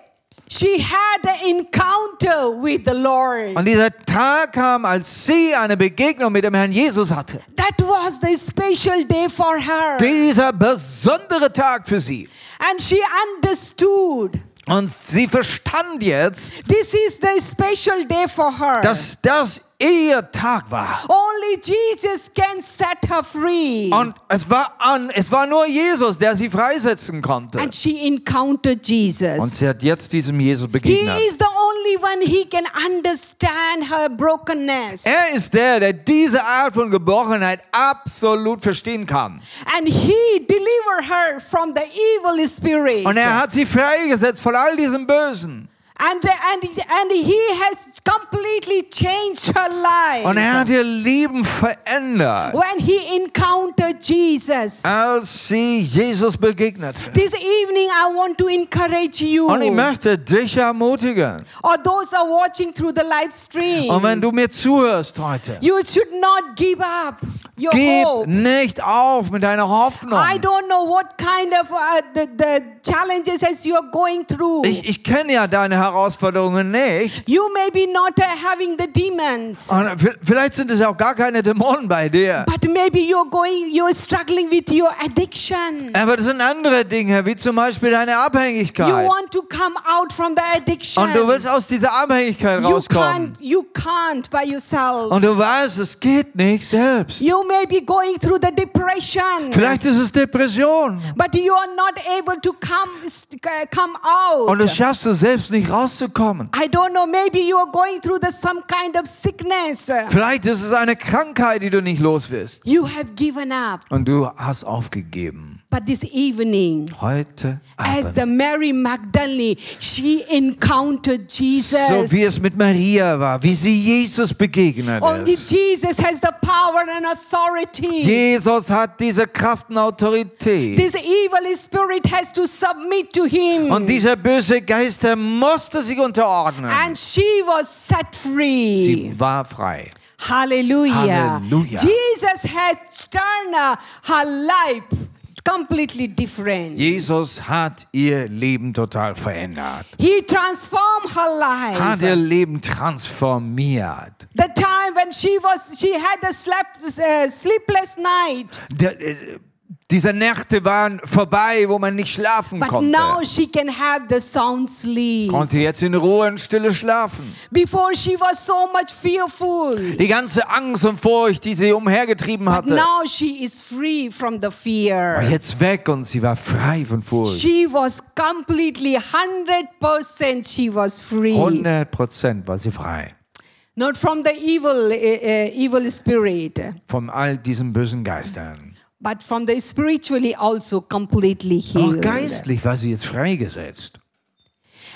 [SPEAKER 1] she had an encounter with the Lord.
[SPEAKER 2] Und dieser Tag kam, als sie eine Begegnung mit dem Herrn Jesus hatte.
[SPEAKER 1] That was the special day for her.
[SPEAKER 2] Dieser besondere Tag für sie.
[SPEAKER 1] And she understood
[SPEAKER 2] Und sie verstand jetzt,
[SPEAKER 1] this is the special day for her.
[SPEAKER 2] dass das ihr Tag war.
[SPEAKER 1] Only Jesus can set her free.
[SPEAKER 2] Und es war, an, es war nur Jesus, der sie freisetzen konnte.
[SPEAKER 1] And she encountered
[SPEAKER 2] Und
[SPEAKER 1] Jesus.
[SPEAKER 2] sie hat jetzt diesem Jesus
[SPEAKER 1] He
[SPEAKER 2] begegnet.
[SPEAKER 1] is the only one he can understand her brokenness.
[SPEAKER 2] Er ist der, der diese Art von Geborgenheit absolut verstehen kann.
[SPEAKER 1] And he delivered her from the evil spirit.
[SPEAKER 2] Und er hat sie freigesetzt von all diesem Bösen.
[SPEAKER 1] and, and, and he has completely changed her life.
[SPEAKER 2] Und er hat ihr Leben verändert,
[SPEAKER 1] when he encountered Jesus.
[SPEAKER 2] Uh, als sie Jesus begegnete.
[SPEAKER 1] this evening, I want to encourage you,
[SPEAKER 2] Und ich möchte dich ermutigen.
[SPEAKER 1] or those who are watching through the live stream,
[SPEAKER 2] Und wenn du mir zuhörst heute,
[SPEAKER 1] you should not give up your
[SPEAKER 2] gib
[SPEAKER 1] hope.
[SPEAKER 2] nicht auf mit deiner
[SPEAKER 1] I
[SPEAKER 2] Hoffnung.
[SPEAKER 1] don't know what kind of uh, the, the challenges as you are going through.
[SPEAKER 2] Ich, ich kenne ja deine Herausforderungen nicht.
[SPEAKER 1] you may be not uh, having the demons.
[SPEAKER 2] Und vi- vielleicht sind es auch gar keine Dämonen bei dir.
[SPEAKER 1] But maybe you're going, you're struggling with your addiction.
[SPEAKER 2] Aber das sind andere Dinge, wie zum Beispiel deine
[SPEAKER 1] You
[SPEAKER 2] Abhängigkeit.
[SPEAKER 1] want to come out from the addiction.
[SPEAKER 2] Und du willst aus dieser Abhängigkeit
[SPEAKER 1] you
[SPEAKER 2] rauskommen.
[SPEAKER 1] can't, you can't by yourself.
[SPEAKER 2] Und du weißt, es geht nicht selbst.
[SPEAKER 1] you may be going through the depression.
[SPEAKER 2] Vielleicht ist es Depression.
[SPEAKER 1] But you are not able to come, uh, come out.
[SPEAKER 2] Und du schaffst es selbst nicht rauszukommen.
[SPEAKER 1] I don't know, maybe you are going through the, some kind of sickness.
[SPEAKER 2] Vielleicht ist es eine Krankheit, die du nicht los wirst.
[SPEAKER 1] You have given up.
[SPEAKER 2] Und du hast aufgegeben.
[SPEAKER 1] But this evening,
[SPEAKER 2] Heute
[SPEAKER 1] as the
[SPEAKER 2] Abend.
[SPEAKER 1] Mary Magdalene, she encountered Jesus.
[SPEAKER 2] So wie es mit Maria war, wie sie Jesus begegnet
[SPEAKER 1] Only
[SPEAKER 2] ist.
[SPEAKER 1] Jesus has the power and authority.
[SPEAKER 2] Jesus hat diese Kraft und Autorität.
[SPEAKER 1] This evil spirit has to submit to him.
[SPEAKER 2] Und dieser böse Geist, der musste sich unterordnen.
[SPEAKER 1] and she was set free.
[SPEAKER 2] Sie war frei.
[SPEAKER 1] Hallelujah.
[SPEAKER 2] Hallelujah.
[SPEAKER 1] Jesus has turned her uh, life completely different.
[SPEAKER 2] Jesus hat ihr Leben total verändert.
[SPEAKER 1] He transformed her life.
[SPEAKER 2] Hat ihr Leben transformiert.
[SPEAKER 1] The time when she was, she had a slap, uh, sleepless night,
[SPEAKER 2] Der, äh, diese Nächte waren vorbei, wo man nicht schlafen
[SPEAKER 1] but now
[SPEAKER 2] konnte.
[SPEAKER 1] she can have the sound sleep.
[SPEAKER 2] Konnte jetzt in Ruhe und Stille schlafen.
[SPEAKER 1] Before she was so much fearful.
[SPEAKER 2] Die ganze Angst und Furcht, die sie umhergetrieben
[SPEAKER 1] But
[SPEAKER 2] hatte,
[SPEAKER 1] now she is free from the
[SPEAKER 2] war
[SPEAKER 1] fear.
[SPEAKER 2] jetzt weg und sie war frei von Furcht.
[SPEAKER 1] She was completely 100% she was free.
[SPEAKER 2] 100% war sie frei
[SPEAKER 1] Not from the evil uh, uh, evil spirit,
[SPEAKER 2] von all diesen bösen Geistern.
[SPEAKER 1] but from the spiritually also completely
[SPEAKER 2] Auch
[SPEAKER 1] healed.
[SPEAKER 2] geistlich war sie jetzt freigesetzt.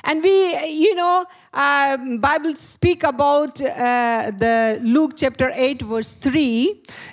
[SPEAKER 1] And we, uh, you know, um, Bible speak about uh, the Luke chapter 8 verse 3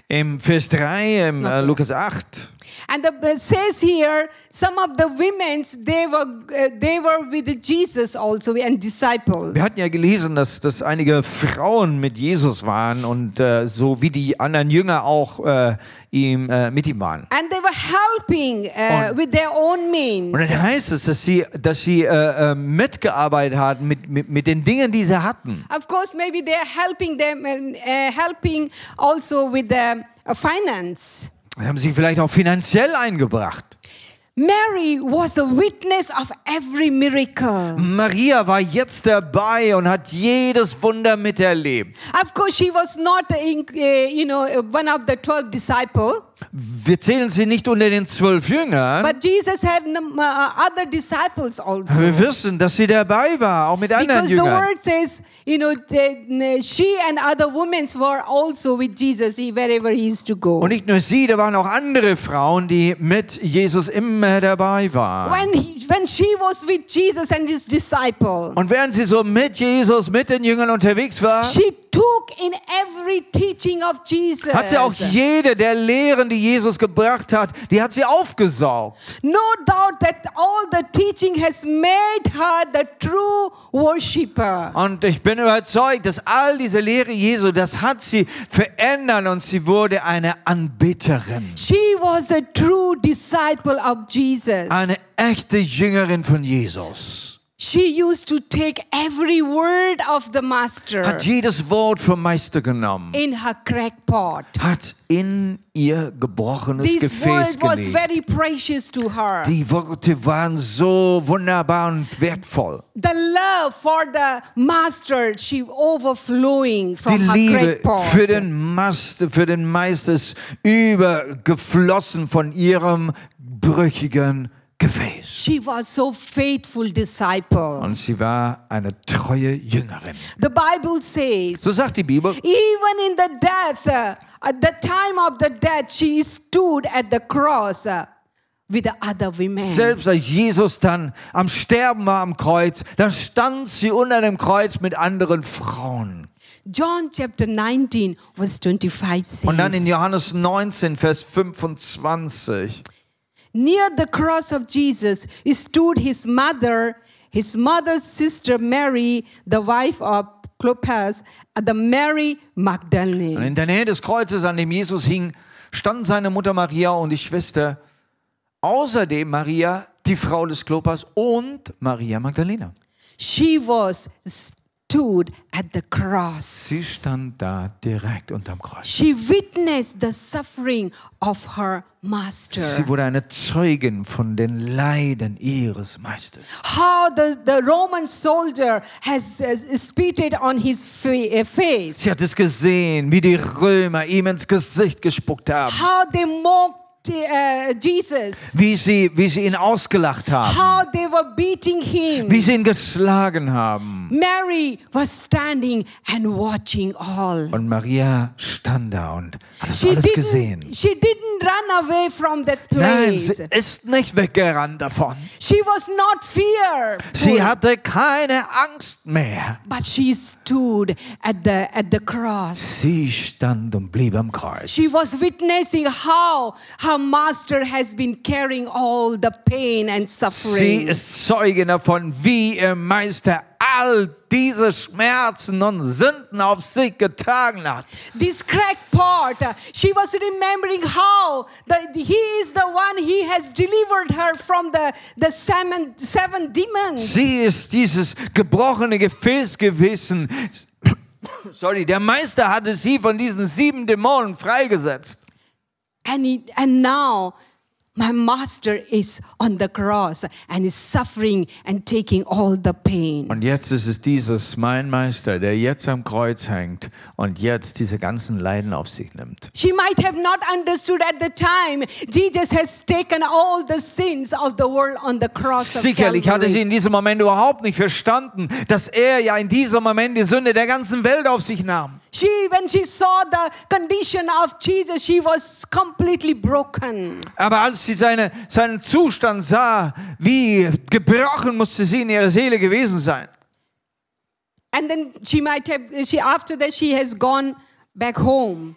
[SPEAKER 2] Im Vers 3, im äh, Lukas 8,
[SPEAKER 1] and the, it says here some of the women's they were uh, they were with Jesus also and disciples.
[SPEAKER 2] wir hatten ja gelesen, dass, dass einige Frauen mit Jesus waren und äh, so wie die anderen Jünger auch äh, ihm, äh, mit ihm waren.
[SPEAKER 1] And they were helping uh,
[SPEAKER 2] Und-
[SPEAKER 1] with their own means.
[SPEAKER 2] Und dann heißt es, dass sie, dass sie äh, äh, mitgearbeitet haben mit, mit, mit den Dingen, die sie hatten.
[SPEAKER 1] Of course, maybe they are helping them and uh, helping also with the uh, finance.
[SPEAKER 2] Dann haben sie vielleicht auch finanziell eingebracht.
[SPEAKER 1] Mary was a witness of every miracle.
[SPEAKER 2] Maria war jetzt dabei und hat jedes Wunder miterlebt.
[SPEAKER 1] Of course, she was not, uh, in, uh, you know, uh, one of the twelve disciples.
[SPEAKER 2] Wir zählen sie nicht unter den zwölf Jüngern.
[SPEAKER 1] But Jesus had um, uh, other disciples also.
[SPEAKER 2] Wir wissen, dass sie dabei war, auch mit anderen
[SPEAKER 1] Because the
[SPEAKER 2] Jüngern.
[SPEAKER 1] word says, you know, that, uh, she and other women were also with Jesus he- wherever he used to go.
[SPEAKER 2] Und nicht nur sie, da waren auch andere Frauen, die mit Jesus immer dabei waren.
[SPEAKER 1] when, he, when she was with Jesus and his disciple,
[SPEAKER 2] Und während sie so mit Jesus, mit den Jüngern unterwegs war,
[SPEAKER 1] she took in every teaching of Jesus.
[SPEAKER 2] hat sie auch jede der Lehren, die Jesus gebracht hat, die hat sie aufgesaugt.
[SPEAKER 1] no doubt that all the teaching has made her the true worshipper.
[SPEAKER 2] Und ich bin überzeugt, dass all diese Lehre Jesu, das hat sie verändert und sie wurde eine Anbeterin.
[SPEAKER 1] She was a true disciple of Jesus.
[SPEAKER 2] Eine echte Jüngerin von Jesus.
[SPEAKER 1] she used to take every word of the Master
[SPEAKER 2] Hat jedes Wort vom Meister genommen.
[SPEAKER 1] in her crack pot.
[SPEAKER 2] Hat in ihr gebrochenes
[SPEAKER 1] This
[SPEAKER 2] Gefäß
[SPEAKER 1] word was
[SPEAKER 2] gelegt.
[SPEAKER 1] very precious to her.
[SPEAKER 2] Die Worte waren so wunderbar und wertvoll.
[SPEAKER 1] The love for the master, she overflowing
[SPEAKER 2] Die
[SPEAKER 1] from her
[SPEAKER 2] Liebe
[SPEAKER 1] great pot.
[SPEAKER 2] für den, Master, für den Meister ist übergeflossen von ihrem brüchigen Gefäß.
[SPEAKER 1] She was so faithful disciple.
[SPEAKER 2] Und sie war eine treue Jüngerin.
[SPEAKER 1] The Bible says,
[SPEAKER 2] So sagt die Bibel.
[SPEAKER 1] even in the death, uh, at the time of the death, she stood at the cross uh, with the other women.
[SPEAKER 2] Selbst als Jesus dann am Sterben war am Kreuz, dann stand sie unter dem Kreuz mit anderen Frauen.
[SPEAKER 1] John chapter 19, verse 25 says,
[SPEAKER 2] Und dann in Johannes 19, Vers 25.
[SPEAKER 1] Near the cross of Jesus stood his mother, his mother's sister Mary, the wife of Clopas, and the Mary
[SPEAKER 2] Und
[SPEAKER 1] Magdalene.
[SPEAKER 2] in der Nähe des Kreuzes, an dem Jesus hing, standen seine Mutter Maria und die Schwester, außerdem Maria, die Frau des Klopas und Maria Magdalena.
[SPEAKER 1] She was stood at the
[SPEAKER 2] Sie
[SPEAKER 1] cross.
[SPEAKER 2] stand da direkt unterm Kreuz.
[SPEAKER 1] She witnessed the suffering of her
[SPEAKER 2] Sie
[SPEAKER 1] master.
[SPEAKER 2] wurde eine Zeugin von den Leiden ihres Meisters.
[SPEAKER 1] How the, the Roman soldier has, has spitted on his fa- uh, face.
[SPEAKER 2] Sie hat es gesehen, wie die Römer ihm ins Gesicht gespuckt haben,
[SPEAKER 1] How they mocked uh, Jesus.
[SPEAKER 2] wie sie, wie sie ihn ausgelacht haben,
[SPEAKER 1] How they were beating him.
[SPEAKER 2] wie sie ihn geschlagen haben.
[SPEAKER 1] Mary was standing and watching all.
[SPEAKER 2] Und Maria stand da und hat das
[SPEAKER 1] She
[SPEAKER 2] alles
[SPEAKER 1] didn't,
[SPEAKER 2] gesehen.
[SPEAKER 1] she didn't run away from that
[SPEAKER 2] Nein, sie
[SPEAKER 1] place.
[SPEAKER 2] ist nicht weggerannt davon.
[SPEAKER 1] She was not fear,
[SPEAKER 2] Sie hatte keine Angst mehr.
[SPEAKER 1] but she stood at the at the cross.
[SPEAKER 2] Sie stand und blieb am Kreuz.
[SPEAKER 1] She was witnessing how her master has been carrying all the pain and
[SPEAKER 2] Sie
[SPEAKER 1] suffering.
[SPEAKER 2] ist Zeugin davon, wie ihr Meister all diese Schmerzen und Sünden auf sich getragen hat.
[SPEAKER 1] This cracked pot, uh, she was remembering how the, he is the one, he has delivered her from the, the seven, seven demons.
[SPEAKER 2] Sie ist dieses gebrochene Gefäß gewesen. Sorry, der Meister hatte sie von diesen sieben Dämonen freigesetzt.
[SPEAKER 1] And, he, and now my master is on the cross and is suffering and taking all the pain.
[SPEAKER 2] Und jetzt ist es dieses, mein Meister, der jetzt am Kreuz hängt und jetzt diese ganzen Leiden auf sich nimmt.
[SPEAKER 1] She might have not understood at the time Jesus has taken all the sins of the world on the cross of
[SPEAKER 2] Sicherlich hatte sie
[SPEAKER 1] Calvary.
[SPEAKER 2] in diesem Moment überhaupt nicht verstanden, dass er ja in diesem Moment die Sünde der ganzen Welt auf sich nahm.
[SPEAKER 1] She when she saw the condition of Jesus she was completely broken.
[SPEAKER 2] Aber als sie seine, seinen Zustand sah, wie gebrochen musste sie in ihrer Seele gewesen sein.
[SPEAKER 1] And then she might have she after that she has gone back home.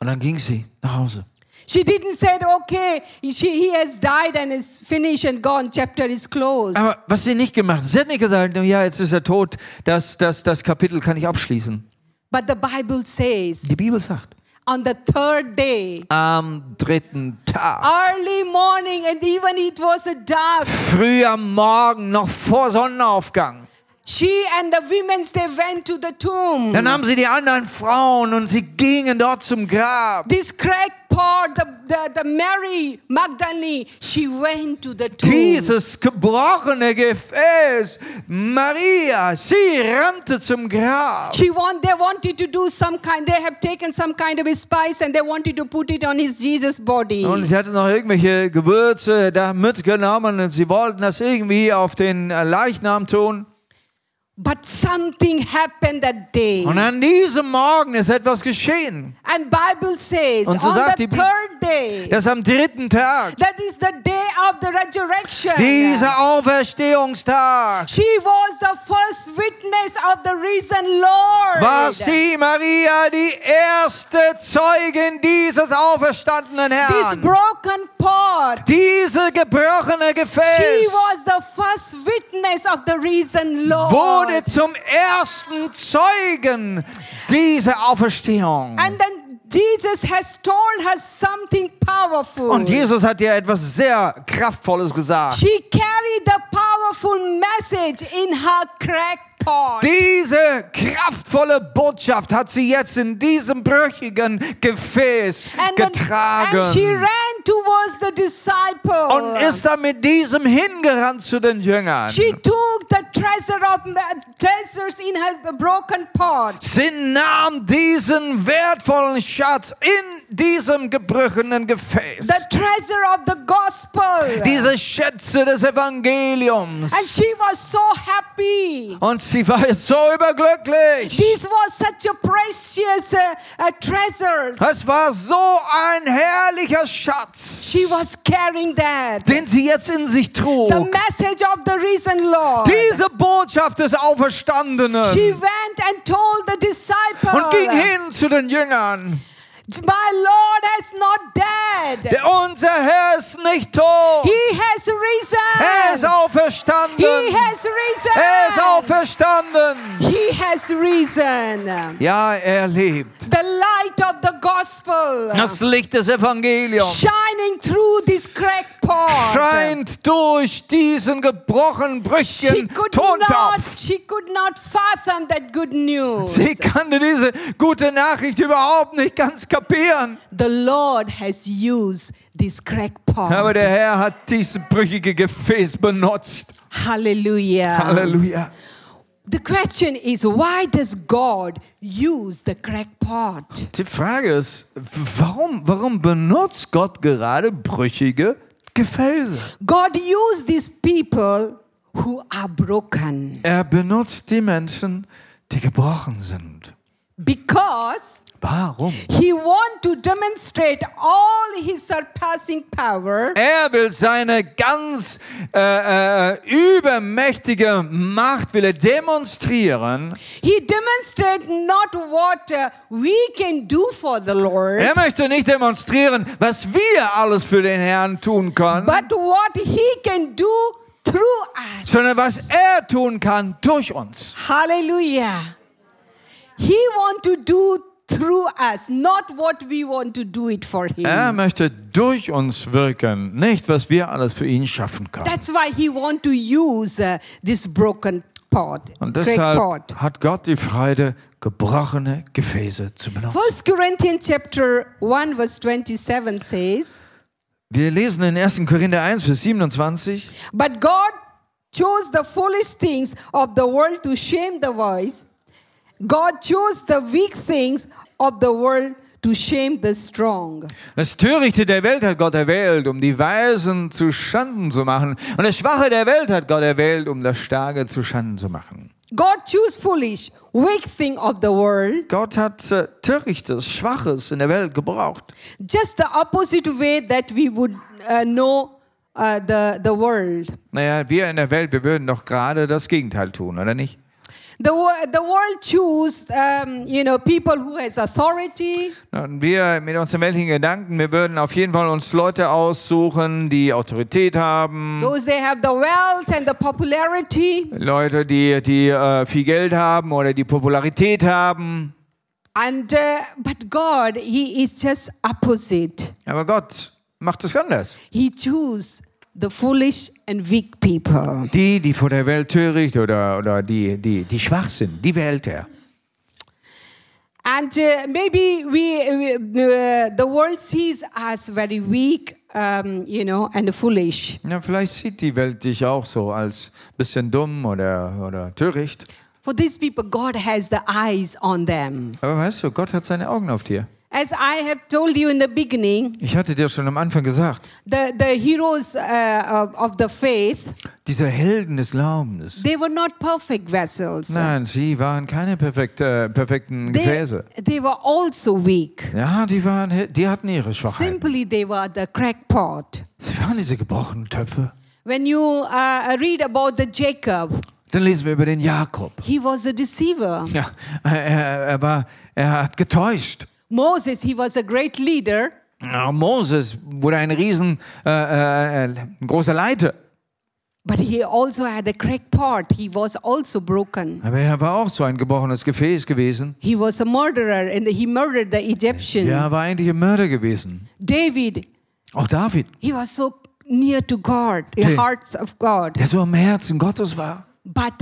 [SPEAKER 2] Und dann ging sie nach Hause.
[SPEAKER 1] She didn't say okay she, he has died and is finished and gone chapter is closed.
[SPEAKER 2] Aber was sie nicht gemacht hat, sie hat nicht gesagt, ja, jetzt ist er tot, das, das, das Kapitel kann ich abschließen.
[SPEAKER 1] But the Bible says
[SPEAKER 2] Die Bibel sagt,
[SPEAKER 1] on the third day
[SPEAKER 2] am dritten Tag,
[SPEAKER 1] early morning and even it was a dark
[SPEAKER 2] früh am Morgen, noch vor Sonnenaufgang,
[SPEAKER 1] she and the women they went to the tomb
[SPEAKER 2] dann haben sie die anderen Frauen und sie gingen dort zum Grab.
[SPEAKER 1] this crackpot the, the, the mary magdalene she went to the tomb
[SPEAKER 2] Dieses gebrochene Gefäß, Maria, sie rannte zum Grab.
[SPEAKER 1] she want they wanted to do some kind they have taken some kind of a spice and they wanted to put it on his jesus body
[SPEAKER 2] Und sie hatte noch irgendwelche Gewürze da mitgenommen und sie wollten das irgendwie auf den äh, Leichnam tun.
[SPEAKER 1] but something happened that day
[SPEAKER 2] Und an diesem Morgen ist etwas geschehen.
[SPEAKER 1] and bible says
[SPEAKER 2] Und so
[SPEAKER 1] on
[SPEAKER 2] sagt
[SPEAKER 1] the
[SPEAKER 2] die Bibel-
[SPEAKER 1] third day
[SPEAKER 2] Dass am dritten Tag,
[SPEAKER 1] that is the day of the resurrection
[SPEAKER 2] dieser Auferstehungstag,
[SPEAKER 1] She was the first witness of the risen Lord.
[SPEAKER 2] war sie, Maria, die erste Zeugin dieses auferstandenen
[SPEAKER 1] This
[SPEAKER 2] Herrn.
[SPEAKER 1] broken pot.
[SPEAKER 2] Diese gebrochene
[SPEAKER 1] She
[SPEAKER 2] Gefäß
[SPEAKER 1] was the first witness of the risen Lord.
[SPEAKER 2] wurde zum ersten Zeugen dieser Auferstehung.
[SPEAKER 1] And then Jesus has told her something powerful.
[SPEAKER 2] Und Jesus hat dir etwas sehr Kraftvolles gesagt.
[SPEAKER 1] She carried the powerful message in her cracked pot.
[SPEAKER 2] Diese kraftvolle Botschaft hat sie jetzt in diesem brüchigen Gefäß
[SPEAKER 1] and, then- and she
[SPEAKER 2] getragen
[SPEAKER 1] ran towards the disciple.
[SPEAKER 2] und ist dann mit diesem hingerannt zu den Jüngern.
[SPEAKER 1] she took the treasure of treasures in her broken pot.
[SPEAKER 2] Sie nahm diesen wertvollen Schatz in diesem gebrüchenen Gefäß.
[SPEAKER 1] the treasure of the gospel.
[SPEAKER 2] Diese Schätze des
[SPEAKER 1] and
[SPEAKER 2] Evangeliums.
[SPEAKER 1] she was so happy.
[SPEAKER 2] Und sie war jetzt so überglücklich.
[SPEAKER 1] This was such a precious uh, uh, treasure.
[SPEAKER 2] Es war so ein herrlicher Schatz,
[SPEAKER 1] She was carrying that.
[SPEAKER 2] den sie jetzt in sich trug.
[SPEAKER 1] The message of the risen Lord.
[SPEAKER 2] Diese Botschaft des
[SPEAKER 1] She
[SPEAKER 2] Auferstandenen
[SPEAKER 1] went and told the
[SPEAKER 2] und
[SPEAKER 1] disciple,
[SPEAKER 2] ging hin zu den Jüngern.
[SPEAKER 1] My Lord has not died.
[SPEAKER 2] Der unser Herr ist nicht tot.
[SPEAKER 1] He has
[SPEAKER 2] Er ist
[SPEAKER 1] risen. He
[SPEAKER 2] auferstanden.
[SPEAKER 1] has
[SPEAKER 2] Er ist
[SPEAKER 1] risen.
[SPEAKER 2] auferstanden.
[SPEAKER 1] He has risen.
[SPEAKER 2] Ja, er lebt.
[SPEAKER 1] The light of the gospel.
[SPEAKER 2] Das Licht des Evangeliums
[SPEAKER 1] shining through this cracked pot.
[SPEAKER 2] scheint durch diesen gebrochenen,
[SPEAKER 1] She
[SPEAKER 2] brüchigen
[SPEAKER 1] could not.
[SPEAKER 2] Tontopf.
[SPEAKER 1] She could not fathom that good news.
[SPEAKER 2] Sie kannte diese gute Nachricht überhaupt nicht ganz kapieren.
[SPEAKER 1] The Lord has used this cracked pot.
[SPEAKER 2] Aber der Herr hat dieses brüchige Gefäß benutzt.
[SPEAKER 1] Hallelujah.
[SPEAKER 2] Halleluja.
[SPEAKER 1] The question is, why does God use the cracked pot?
[SPEAKER 2] Die Frage ist, warum, warum benutzt Gott gerade brüchige Gefäße?
[SPEAKER 1] God used these people who are broken
[SPEAKER 2] Er benutzt die Menschen, die gebrochen sind.
[SPEAKER 1] because
[SPEAKER 2] Warum?
[SPEAKER 1] He wants to demonstrate all His surpassing power.
[SPEAKER 2] Er will seine ganz äh, äh, übermächtige Macht will er demonstrieren.
[SPEAKER 1] He demonstrates not what uh, we can do for the Lord,
[SPEAKER 2] Er möchte nicht demonstrieren, was wir alles für den Herrn tun können,
[SPEAKER 1] but what He can do through through us.
[SPEAKER 2] sondern was er tun kann durch uns.
[SPEAKER 1] Hallelujah. He want to do through us, not what we want to do it for him.
[SPEAKER 2] Er möchte durch uns wirken, nicht was wir alles für ihn schaffen können.
[SPEAKER 1] That's why he want to use uh, this broken pot,
[SPEAKER 2] Und
[SPEAKER 1] great pot.
[SPEAKER 2] deshalb hat Gott die Freude, gebrochene Gefäße zu benutzen.
[SPEAKER 1] First Corinthians chapter 1 verse 27 says,
[SPEAKER 2] Wir lesen in 1. Korinther 1, Vers 27.
[SPEAKER 1] But God chose the foolish things of the world to shame the wise. God chose the weak things of the world to shame the strong.
[SPEAKER 2] Das Törichte der Welt hat Gott erwählt, um die Weisen zu Schanden zu machen. Und das Schwache der Welt hat Gott erwählt, um das Starke zu Schanden zu machen.
[SPEAKER 1] God chose foolish, weak thing of the world,
[SPEAKER 2] Gott hat äh, Törichtes, Schwaches in der Welt gebraucht.
[SPEAKER 1] just the opposite way that we would uh, know uh, the, the world.
[SPEAKER 2] Naja, wir in der Welt, wir würden doch gerade das Gegenteil tun, oder nicht?
[SPEAKER 1] The, wor- the world choose, um, you know, people who has authority,
[SPEAKER 2] Na, und Wir mit unseren weltlichen Gedanken, wir würden auf jeden Fall uns Leute aussuchen, die Autorität haben,
[SPEAKER 1] those they have the wealth and the popularity.
[SPEAKER 2] Leute, die, die äh, viel Geld haben oder die Popularität haben.
[SPEAKER 1] And uh, but God, He is just opposite.
[SPEAKER 2] Aber Gott macht es anders.
[SPEAKER 1] He choose the foolish and weak people.
[SPEAKER 2] Die, die vor der Welt töricht oder, oder die, die, die schwach sind, die wählt er.
[SPEAKER 1] And uh, maybe we, we uh, the world sees us very weak, um, you know, and foolish.
[SPEAKER 2] Ja, vielleicht sieht die Welt dich auch so als bisschen dumm oder, oder töricht.
[SPEAKER 1] For these people, God has the eyes on them.
[SPEAKER 2] Aber weißt du, Gott hat seine Augen auf dir.
[SPEAKER 1] As I have told you in the beginning,
[SPEAKER 2] Ich hatte dir schon am Anfang gesagt,
[SPEAKER 1] the, the heroes uh, of, of the faith,
[SPEAKER 2] diese Helden des Glaubens.
[SPEAKER 1] they were not perfect vessels.
[SPEAKER 2] Nein, sie waren keine perfekte, perfekten
[SPEAKER 1] They,
[SPEAKER 2] Gefäße.
[SPEAKER 1] they were also weak.
[SPEAKER 2] Ja, die, waren, die hatten ihre Schwachheiten.
[SPEAKER 1] Simply, they were the crackpot.
[SPEAKER 2] Sie waren diese gebrochenen Töpfe.
[SPEAKER 1] When you uh, read about the Jacob,
[SPEAKER 2] Dann lesen wir über den Jakob.
[SPEAKER 1] he was a deceiver.
[SPEAKER 2] Ja, er, er, war, er hat getäuscht.
[SPEAKER 1] Moses, he was a great leader,
[SPEAKER 2] Ja, Moses wurde ein riesen, äh, äh, äh, ein großer Leiter.
[SPEAKER 1] but he also had a crackpot. He was also broken.
[SPEAKER 2] Aber er war auch so ein gebrochenes Gefäß gewesen.
[SPEAKER 1] He was a murderer and he murdered the Egyptian.
[SPEAKER 2] Ja, er war eigentlich ein Mörder gewesen.
[SPEAKER 1] David,
[SPEAKER 2] Auch David,
[SPEAKER 1] he was so near to God, the
[SPEAKER 2] Okay.
[SPEAKER 1] hearts of God,
[SPEAKER 2] der so im Herzen Gottes war.
[SPEAKER 1] but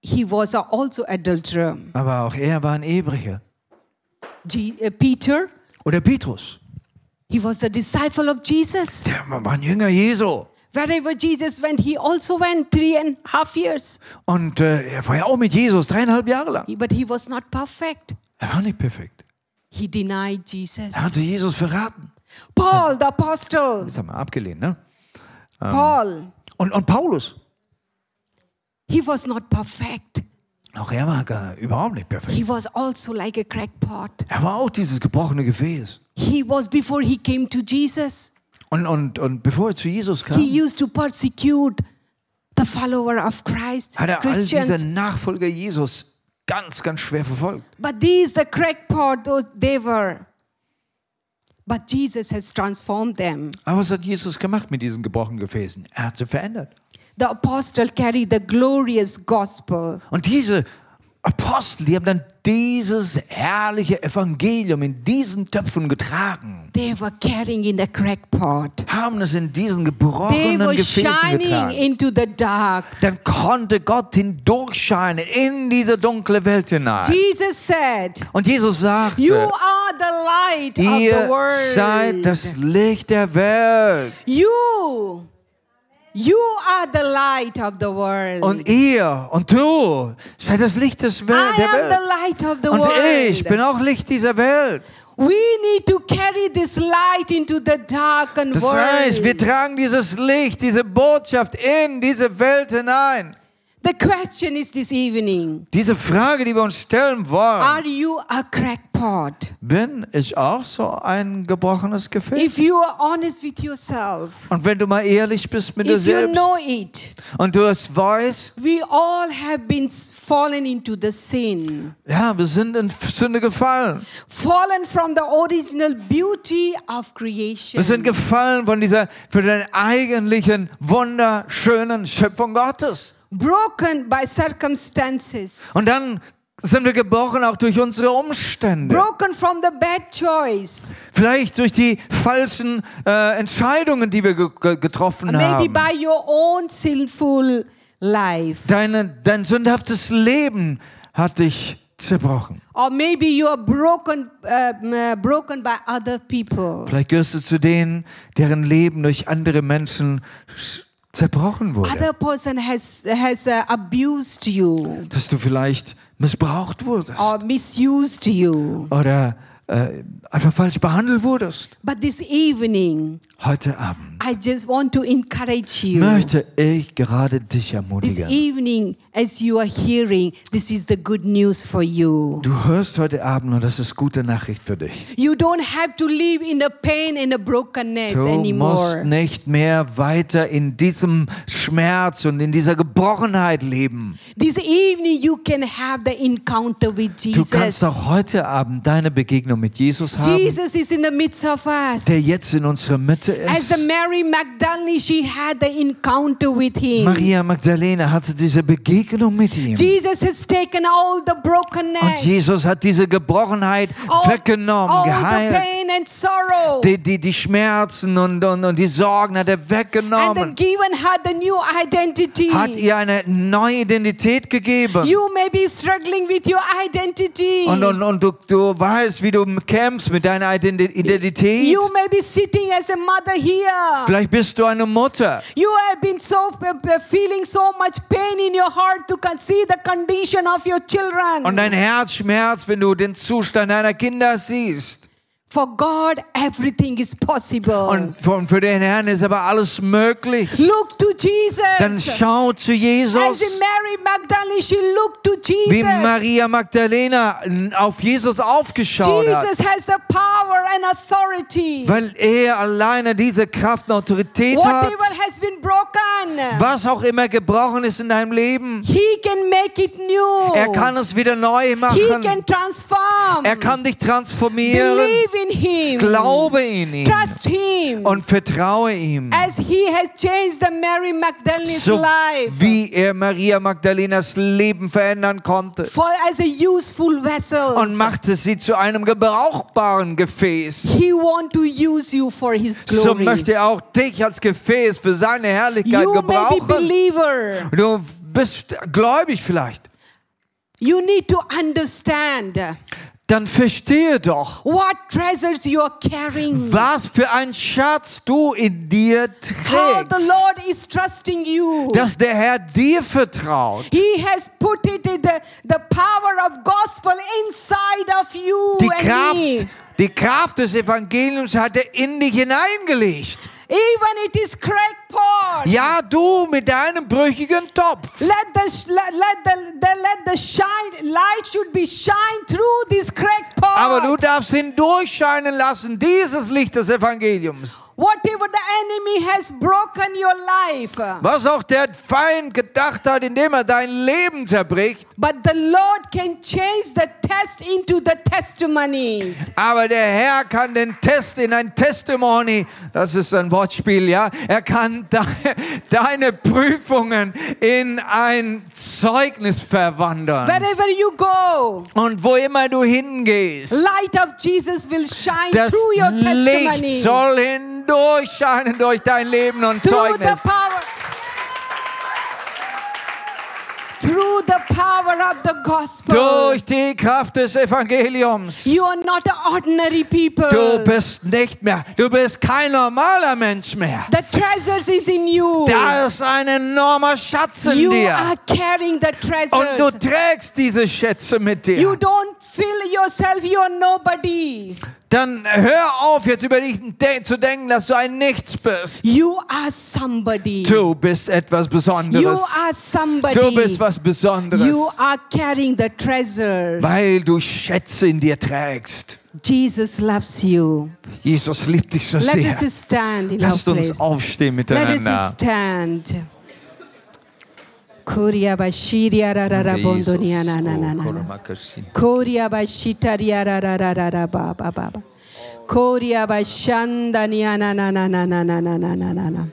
[SPEAKER 1] he was also adulterer.
[SPEAKER 2] Aber auch er war ein Ehebrecher.
[SPEAKER 1] Je- uh, Peter,
[SPEAKER 2] Oder Petrus,
[SPEAKER 1] he was a disciple of Jesus.
[SPEAKER 2] der war ein Jünger Jesu.
[SPEAKER 1] Wherever Jesus went, he also went three and a half years,
[SPEAKER 2] Und äh, er war ja auch mit Jesus dreieinhalb Jahre lang.
[SPEAKER 1] but he was not perfect.
[SPEAKER 2] Er war nicht perfekt.
[SPEAKER 1] He denied
[SPEAKER 2] Er
[SPEAKER 1] Jesus.
[SPEAKER 2] hatte Jesus verraten.
[SPEAKER 1] Paul, the apostle,
[SPEAKER 2] Das haben wir abgelehnt, ne?
[SPEAKER 1] Paul,
[SPEAKER 2] Und, und Paulus,
[SPEAKER 1] he was not perfect.
[SPEAKER 2] auch er war gar, überhaupt nicht perfekt.
[SPEAKER 1] He was also like a crackpot.
[SPEAKER 2] Er war auch dieses gebrochene Gefäß.
[SPEAKER 1] He was before he came to Jesus.
[SPEAKER 2] Und, und, und bevor er zu Jesus
[SPEAKER 1] He
[SPEAKER 2] kam,
[SPEAKER 1] used to persecute the follower of Christ,
[SPEAKER 2] hat er all diese
[SPEAKER 1] Christians.
[SPEAKER 2] Nachfolger Jesus ganz, ganz schwer verfolgt.
[SPEAKER 1] But these, the crackpot, those they were. But Jesus has transformed them.
[SPEAKER 2] Aber was hat Jesus gemacht mit diesen gebrochenen Gefäßen? Er hat sie verändert.
[SPEAKER 1] The apostle carried the glorious gospel.
[SPEAKER 2] Und diese Apostel, die haben dann dieses herrliche Evangelium in diesen Töpfen getragen,
[SPEAKER 1] They were carrying in the crackpot.
[SPEAKER 2] haben es in diesen
[SPEAKER 1] They
[SPEAKER 2] gebrochenen
[SPEAKER 1] were
[SPEAKER 2] Gefäßen
[SPEAKER 1] shining
[SPEAKER 2] getragen.
[SPEAKER 1] into the dark.
[SPEAKER 2] Dann konnte Gott hindurchscheinen in diese dunkle Welt hinein.
[SPEAKER 1] Jesus said,
[SPEAKER 2] Und Jesus sagte,
[SPEAKER 1] You are the light of the
[SPEAKER 2] Ihr
[SPEAKER 1] world.
[SPEAKER 2] seid das Licht der Welt.
[SPEAKER 1] you, you are the light of the world.
[SPEAKER 2] Und ihr und du seid das Licht des Wel
[SPEAKER 1] I
[SPEAKER 2] der
[SPEAKER 1] am the
[SPEAKER 2] Welt.
[SPEAKER 1] light of the
[SPEAKER 2] Und
[SPEAKER 1] world.
[SPEAKER 2] ich bin auch Licht dieser Welt.
[SPEAKER 1] We need to carry this light into the dark and
[SPEAKER 2] Das
[SPEAKER 1] world.
[SPEAKER 2] heißt, wir tragen dieses Licht, diese Botschaft in diese Welt hinein.
[SPEAKER 1] The question is this evening
[SPEAKER 2] Diese Frage, die wir uns stellen wollen,
[SPEAKER 1] Are you a crackpot?
[SPEAKER 2] bin ich auch so ein gebrochenes Gefäß?
[SPEAKER 1] If you are honest with yourself,
[SPEAKER 2] Und wenn du mal ehrlich bist mit dir
[SPEAKER 1] if you
[SPEAKER 2] selbst
[SPEAKER 1] know it,
[SPEAKER 2] und du es weißt,
[SPEAKER 1] we all have been s- fallen into the sin,
[SPEAKER 2] ja, wir sind in Sünde gefallen.
[SPEAKER 1] fallen from the original beauty of
[SPEAKER 2] Wir
[SPEAKER 1] creation.
[SPEAKER 2] sind gefallen von dieser, für den eigentlichen, wunderschönen Schöpfung Gottes.
[SPEAKER 1] Broken by circumstances,
[SPEAKER 2] Und dann sind wir gebrochen auch durch unsere Umstände.
[SPEAKER 1] broken from the bad choice,
[SPEAKER 2] Vielleicht durch die falschen äh, Entscheidungen, die wir ge ge getroffen
[SPEAKER 1] maybe
[SPEAKER 2] haben.
[SPEAKER 1] by your own sinful life,
[SPEAKER 2] Deine, dein sündhaftes Leben hat dich zerbrochen.
[SPEAKER 1] or maybe you are broken, um, uh, broken by other people.
[SPEAKER 2] Vielleicht gehörst du zu denen, deren Leben durch andere Menschen sch- zerbrochen wurde.
[SPEAKER 1] Other person has has uh, abused you
[SPEAKER 2] Dass du vielleicht missbraucht wurdest
[SPEAKER 1] or misused you.
[SPEAKER 2] oder äh, einfach falsch behandelt wurdest.
[SPEAKER 1] But this evening,
[SPEAKER 2] Heute Abend
[SPEAKER 1] I just want to encourage you.
[SPEAKER 2] möchte ich gerade dich
[SPEAKER 1] This
[SPEAKER 2] ermutigen.
[SPEAKER 1] evening, as you are hearing, this is the good news for you.
[SPEAKER 2] Du hörst heute Abend und das ist gute Nachricht für dich.
[SPEAKER 1] You don't have to live in the pain and the brokenness
[SPEAKER 2] Du musst
[SPEAKER 1] anymore.
[SPEAKER 2] nicht mehr weiter in diesem Schmerz und in dieser Geborgenheit leben.
[SPEAKER 1] This evening, you can have the encounter with
[SPEAKER 2] Du
[SPEAKER 1] Jesus.
[SPEAKER 2] kannst auch heute Abend deine Begegnung mit Jesus haben,
[SPEAKER 1] Jesus is in the midst of us.
[SPEAKER 2] der jetzt in unserer Mitte
[SPEAKER 1] As
[SPEAKER 2] ist.
[SPEAKER 1] the Mary Magdalene, she had the encounter with him.
[SPEAKER 2] Maria Magdalena hatte diese Begegnung mit ihm.
[SPEAKER 1] Jesus has taken all the
[SPEAKER 2] Und
[SPEAKER 1] brokenness,
[SPEAKER 2] Oh, Jesus hat diese Geborgenheit
[SPEAKER 1] all,
[SPEAKER 2] weggenommen,
[SPEAKER 1] all the
[SPEAKER 2] geheilt.
[SPEAKER 1] pain and sorrow,
[SPEAKER 2] Die, die, die Schmerzen und, und, und die Sorgen hat er
[SPEAKER 1] and then
[SPEAKER 2] weggenommen.
[SPEAKER 1] given her the new identity.
[SPEAKER 2] Hat ihr eine neue Identität gegeben.
[SPEAKER 1] You may be struggling with your identity.
[SPEAKER 2] Und, und, und du, du weißt, wie du kämpfst mit deiner Ident- Identität.
[SPEAKER 1] You may be sitting as a mother here.
[SPEAKER 2] Vielleicht bist du eine Mutter.
[SPEAKER 1] You have been so uh, feeling so much pain in your heart to con- see the condition of your
[SPEAKER 2] Und
[SPEAKER 1] children.
[SPEAKER 2] dein Herz schmerzt, wenn du den Zustand deiner Kinder siehst.
[SPEAKER 1] For God, everything is possible.
[SPEAKER 2] Und für, und für den Herrn ist aber alles möglich.
[SPEAKER 1] Look to Jesus.
[SPEAKER 2] Dann schau zu
[SPEAKER 1] As
[SPEAKER 2] Jesus.
[SPEAKER 1] in Mary Magdalene, she looked to
[SPEAKER 2] wie
[SPEAKER 1] Jesus.
[SPEAKER 2] Maria Magdalena auf Jesus aufgeschaut hat,
[SPEAKER 1] Jesus has the power and authority.
[SPEAKER 2] weil er alleine diese Kraft und Autorität hat.
[SPEAKER 1] Whatever has been broken,
[SPEAKER 2] Was auch immer gebrochen ist in deinem Leben,
[SPEAKER 1] He can make it new.
[SPEAKER 2] er kann es wieder neu
[SPEAKER 1] He can
[SPEAKER 2] machen.
[SPEAKER 1] transform.
[SPEAKER 2] Er kann dich transformieren.
[SPEAKER 1] Believe in Him.
[SPEAKER 2] Glaube in ihn
[SPEAKER 1] Trust Him.
[SPEAKER 2] und vertraue ihm,
[SPEAKER 1] As He has changed the Mary Magdalene's
[SPEAKER 2] so
[SPEAKER 1] life
[SPEAKER 2] wie er Maria Magdalenas Leben verändern konnte
[SPEAKER 1] for as a useful vessel.
[SPEAKER 2] und machte sie zu einem gebrauchbaren Gefäß.
[SPEAKER 1] he want to use you for His
[SPEAKER 2] So
[SPEAKER 1] glory.
[SPEAKER 2] möchte er auch dich als Gefäß für seine Herrlichkeit
[SPEAKER 1] you may be
[SPEAKER 2] gebrauchen.
[SPEAKER 1] believer.
[SPEAKER 2] Du bist gläubig vielleicht.
[SPEAKER 1] You need to understand
[SPEAKER 2] Dann verstehe doch,
[SPEAKER 1] what treasures you are carrying.
[SPEAKER 2] was für ein Schatz du in dir
[SPEAKER 1] How the
[SPEAKER 2] trägst.
[SPEAKER 1] Lord is trusting you.
[SPEAKER 2] Dass der Herr dir vertraut.
[SPEAKER 1] He has put it in the, the power of gospel inside of you
[SPEAKER 2] Die
[SPEAKER 1] and me.
[SPEAKER 2] Kraft, die Kraft des Evangeliums hat er in dich hineingelegt.
[SPEAKER 1] Even it is crackpot.
[SPEAKER 2] Ja, du mit deinem brüchigen Topf.
[SPEAKER 1] Let the, sh- let, let the, the let the shine light should be shine through this crackpot.
[SPEAKER 2] Aber du darfst hindurchscheinen lassen, dieses Licht des Evangeliums.
[SPEAKER 1] Whatever the enemy has broken your life,
[SPEAKER 2] Was auch der Feind gedacht hat, indem er dein Leben zerbricht.
[SPEAKER 1] but the Lord can change the test into the testimonies.
[SPEAKER 2] Aber der Herr kann den Test in ein Testimony, das ist ein Wortspiel, ja, er kann de deine Prüfungen in ein Zeugnis verwandeln.
[SPEAKER 1] Wherever you go,
[SPEAKER 2] Und wo immer du hingehst,
[SPEAKER 1] light of Jesus will shine
[SPEAKER 2] das
[SPEAKER 1] through your testimony.
[SPEAKER 2] Licht soll hindurchscheinen durch dein Leben und
[SPEAKER 1] through the
[SPEAKER 2] Zeugnis.
[SPEAKER 1] power. Through the power of the gospel.
[SPEAKER 2] Durch die Kraft des Evangeliums.
[SPEAKER 1] You are not ordinary people.
[SPEAKER 2] Du bist nicht mehr, du bist kein normaler Mensch mehr.
[SPEAKER 1] The treasures is in you.
[SPEAKER 2] Da ist ein enormer Schatz in
[SPEAKER 1] You
[SPEAKER 2] dir.
[SPEAKER 1] are carrying the
[SPEAKER 2] Und du
[SPEAKER 1] treasures.
[SPEAKER 2] trägst diese Schätze mit
[SPEAKER 1] You
[SPEAKER 2] dir.
[SPEAKER 1] don't feel yourself, you are nobody.
[SPEAKER 2] Dann hör auf, jetzt über dich de zu denken, dass du ein Nichts bist.
[SPEAKER 1] You are somebody.
[SPEAKER 2] Du bist etwas
[SPEAKER 1] You
[SPEAKER 2] Besonderes.
[SPEAKER 1] are somebody.
[SPEAKER 2] Du bist was Besonderes,
[SPEAKER 1] You are carrying the treasure.
[SPEAKER 2] weil du Schätze in dir trägst.
[SPEAKER 1] Jesus loves you.
[SPEAKER 2] Jesus liebt dich so
[SPEAKER 1] Let
[SPEAKER 2] sehr.
[SPEAKER 1] us stand in our
[SPEAKER 2] Lasst
[SPEAKER 1] place.
[SPEAKER 2] uns aufstehen
[SPEAKER 1] Let us
[SPEAKER 2] miteinander.
[SPEAKER 1] stand. Koria bashiria rarara bondonia na
[SPEAKER 2] Oh,
[SPEAKER 1] na na na. Koria bashitaria rarara ba ba ba ba. Koria bashandania na na na na na na na na na na na.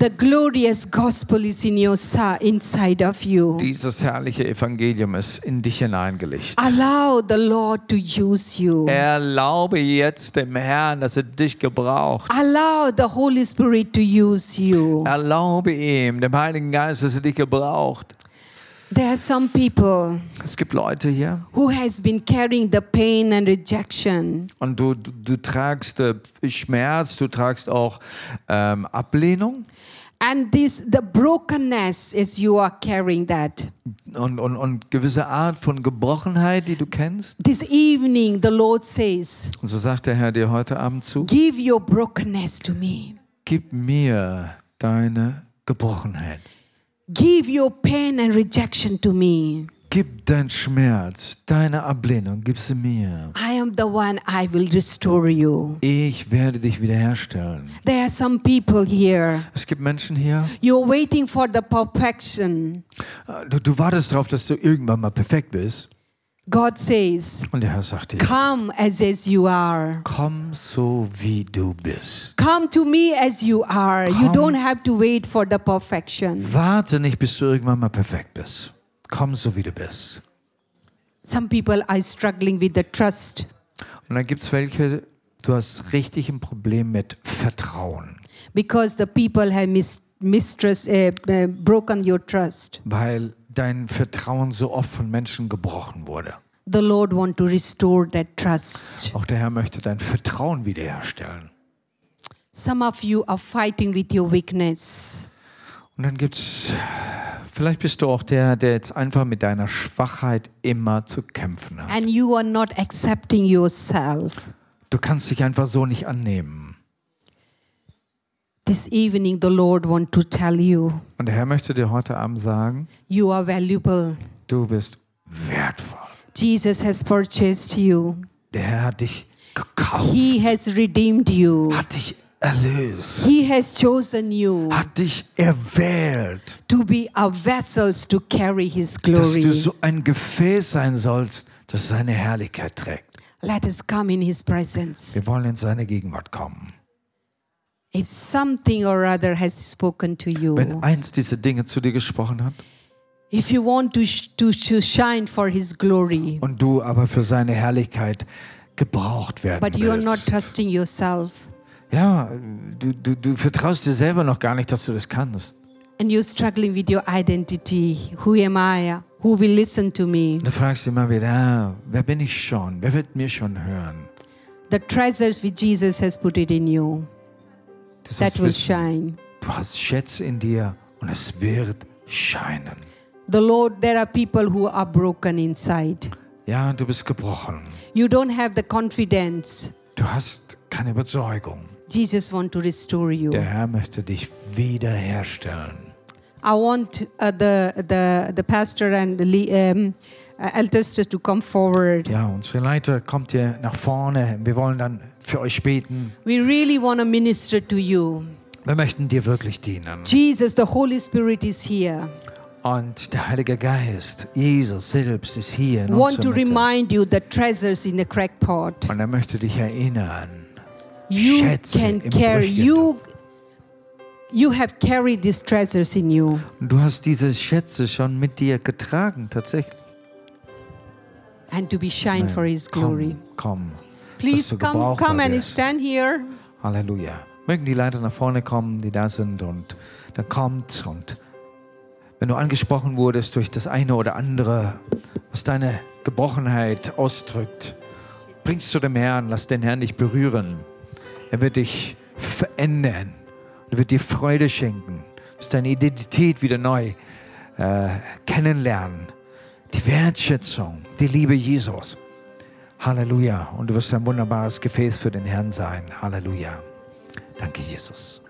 [SPEAKER 1] The glorious gospel is in your si- inside of you.
[SPEAKER 2] Dieses herrliche Evangelium ist in dich hineingelegt.
[SPEAKER 1] Allow the Lord to use you.
[SPEAKER 2] Erlaube jetzt dem Herrn, dass er dich gebraucht.
[SPEAKER 1] Allow the Holy Spirit to use you.
[SPEAKER 2] Erlaube ihm, dem Heiligen Geist, dass er dich gebraucht.
[SPEAKER 1] There are some people
[SPEAKER 2] Es gibt Leute hier
[SPEAKER 1] who has been carrying the pain and rejection.
[SPEAKER 2] und du, du, du tragst äh, Schmerz, du tragst auch ähm, Ablehnung
[SPEAKER 1] And this the brokenness is you are carrying that.
[SPEAKER 2] und, und, und gewisse Art von Gebrochenheit, die du kennst.
[SPEAKER 1] This evening the Lord says,
[SPEAKER 2] Und so sagt der Herr dir heute Abend zu,
[SPEAKER 1] Give your brokenness to me.
[SPEAKER 2] gib mir deine Gebrochenheit.
[SPEAKER 1] Give your pain and rejection to me.
[SPEAKER 2] Gib deinen Schmerz, deine Ablehnung, gib sie mir.
[SPEAKER 1] I am the one I will restore you.
[SPEAKER 2] Ich werde dich wiederherstellen.
[SPEAKER 1] There are some people here.
[SPEAKER 2] Es gibt Menschen hier,
[SPEAKER 1] You're waiting for the perfection.
[SPEAKER 2] äh, du, du wartest darauf, dass du irgendwann mal perfekt bist.
[SPEAKER 1] God says,
[SPEAKER 2] Und der Herr sagt dir,
[SPEAKER 1] Come as, as you are.
[SPEAKER 2] komm so wie du bist.
[SPEAKER 1] Come to me as you are. You
[SPEAKER 2] Come.
[SPEAKER 1] don't have to wait for the perfection.
[SPEAKER 2] Warte nicht, bis du irgendwann mal perfekt bist. Komm so wie du bist.
[SPEAKER 1] Some people are struggling with the trust
[SPEAKER 2] Und dann gibt es welche, du hast richtig ein Problem mit Vertrauen,
[SPEAKER 1] because the people have mis- mistrust, uh, uh, broken your trust.
[SPEAKER 2] weil dein Vertrauen so oft von Menschen gebrochen wurde.
[SPEAKER 1] The Lord want to restore that trust.
[SPEAKER 2] Auch der Herr möchte dein Vertrauen wiederherstellen.
[SPEAKER 1] Some of you are fighting with your weakness.
[SPEAKER 2] Und dann gibt's, vielleicht bist du auch der, der jetzt einfach mit deiner Schwachheit immer zu kämpfen hat.
[SPEAKER 1] And you are not accepting yourself.
[SPEAKER 2] Du kannst dich einfach so nicht annehmen.
[SPEAKER 1] This evening, the Lord want to tell you,
[SPEAKER 2] Und der Herr möchte dir heute Abend sagen,
[SPEAKER 1] you are valuable.
[SPEAKER 2] du bist wertvoll.
[SPEAKER 1] Jesus has purchased you.
[SPEAKER 2] Der Herr hat dich gekauft,
[SPEAKER 1] He has redeemed you.
[SPEAKER 2] hat dich erlöst,
[SPEAKER 1] He has chosen you
[SPEAKER 2] hat dich erwählt,
[SPEAKER 1] to be our vessels to carry His
[SPEAKER 2] dass
[SPEAKER 1] glory.
[SPEAKER 2] du so ein Gefäß sein sollst, das seine Herrlichkeit trägt.
[SPEAKER 1] Let us come in His presence.
[SPEAKER 2] Wir wollen in seine Gegenwart kommen.
[SPEAKER 1] If something or other has spoken to
[SPEAKER 2] Wenn
[SPEAKER 1] you,
[SPEAKER 2] eins diese Dinge zu dir gesprochen hat
[SPEAKER 1] if you want to, sh- to, to shine for His glory,
[SPEAKER 2] und du aber für seine Herrlichkeit gebraucht werden
[SPEAKER 1] but you are not
[SPEAKER 2] willst,
[SPEAKER 1] trusting yourself
[SPEAKER 2] ja, du, du, du vertraust dir selber noch gar nicht, dass du das kannst.
[SPEAKER 1] and you're struggling with your identity who am I? Who will listen to me?
[SPEAKER 2] Und du fragst dich immer wieder, ah, wer bin ich schon? Wer wird mir schon hören?
[SPEAKER 1] The treasures which Jesus has put it in you
[SPEAKER 2] Du,
[SPEAKER 1] that
[SPEAKER 2] sollst
[SPEAKER 1] will
[SPEAKER 2] wissen,
[SPEAKER 1] shine.
[SPEAKER 2] du hast Schätze in dir und es wird scheinen.
[SPEAKER 1] The Lord, there are people who are broken inside.
[SPEAKER 2] Ja, du bist gebrochen.
[SPEAKER 1] You don't have the confidence.
[SPEAKER 2] Du hast keine Überzeugung.
[SPEAKER 1] Jesus want to restore you.
[SPEAKER 2] Der Herr möchte dich wiederherstellen.
[SPEAKER 1] I want uh, the, the, the pastor and the le- um, uh, elders to come forward.
[SPEAKER 2] Ja, unsere Leiter, kommt hier nach vorne. Wir wollen dann für euch beten.
[SPEAKER 1] We really want to minister to you.
[SPEAKER 2] Wir möchten dir wirklich dienen.
[SPEAKER 1] Jesus, the Holy Spirit is here.
[SPEAKER 2] Und der Heilige Geist, Jesus selbst, ist hier in
[SPEAKER 1] want to
[SPEAKER 2] unserer Mitte.
[SPEAKER 1] remind you the treasures in the crack pot.
[SPEAKER 2] Und er möchte dich erinnern.
[SPEAKER 1] You
[SPEAKER 2] Schätze
[SPEAKER 1] can
[SPEAKER 2] im
[SPEAKER 1] carry,
[SPEAKER 2] Brüchigen.
[SPEAKER 1] you, you have carried these treasures in you.
[SPEAKER 2] Und du hast diese Schätze schon mit dir getragen, tatsächlich.
[SPEAKER 1] And to be shined for His glory.
[SPEAKER 2] Komm, komm.
[SPEAKER 1] Please
[SPEAKER 2] dass du
[SPEAKER 1] come,
[SPEAKER 2] gebrauchbar
[SPEAKER 1] come and
[SPEAKER 2] wirst.
[SPEAKER 1] stand here.
[SPEAKER 2] Halleluja. Mögen die Leiter nach vorne kommen, die da sind und dann kommt und wenn du angesprochen wurdest durch das eine oder andere, was deine Gebrochenheit ausdrückt, bringst zu dem Herrn, lass den Herrn dich berühren. Er wird dich verändern. Er wird dir Freude schenken. Du wirst deine Identität wieder neu äh, kennenlernen. Die Wertschätzung, die Liebe Jesus. Halleluja. Und du wirst ein wunderbares Gefäß für den Herrn sein. Halleluja. Danke, Jesus.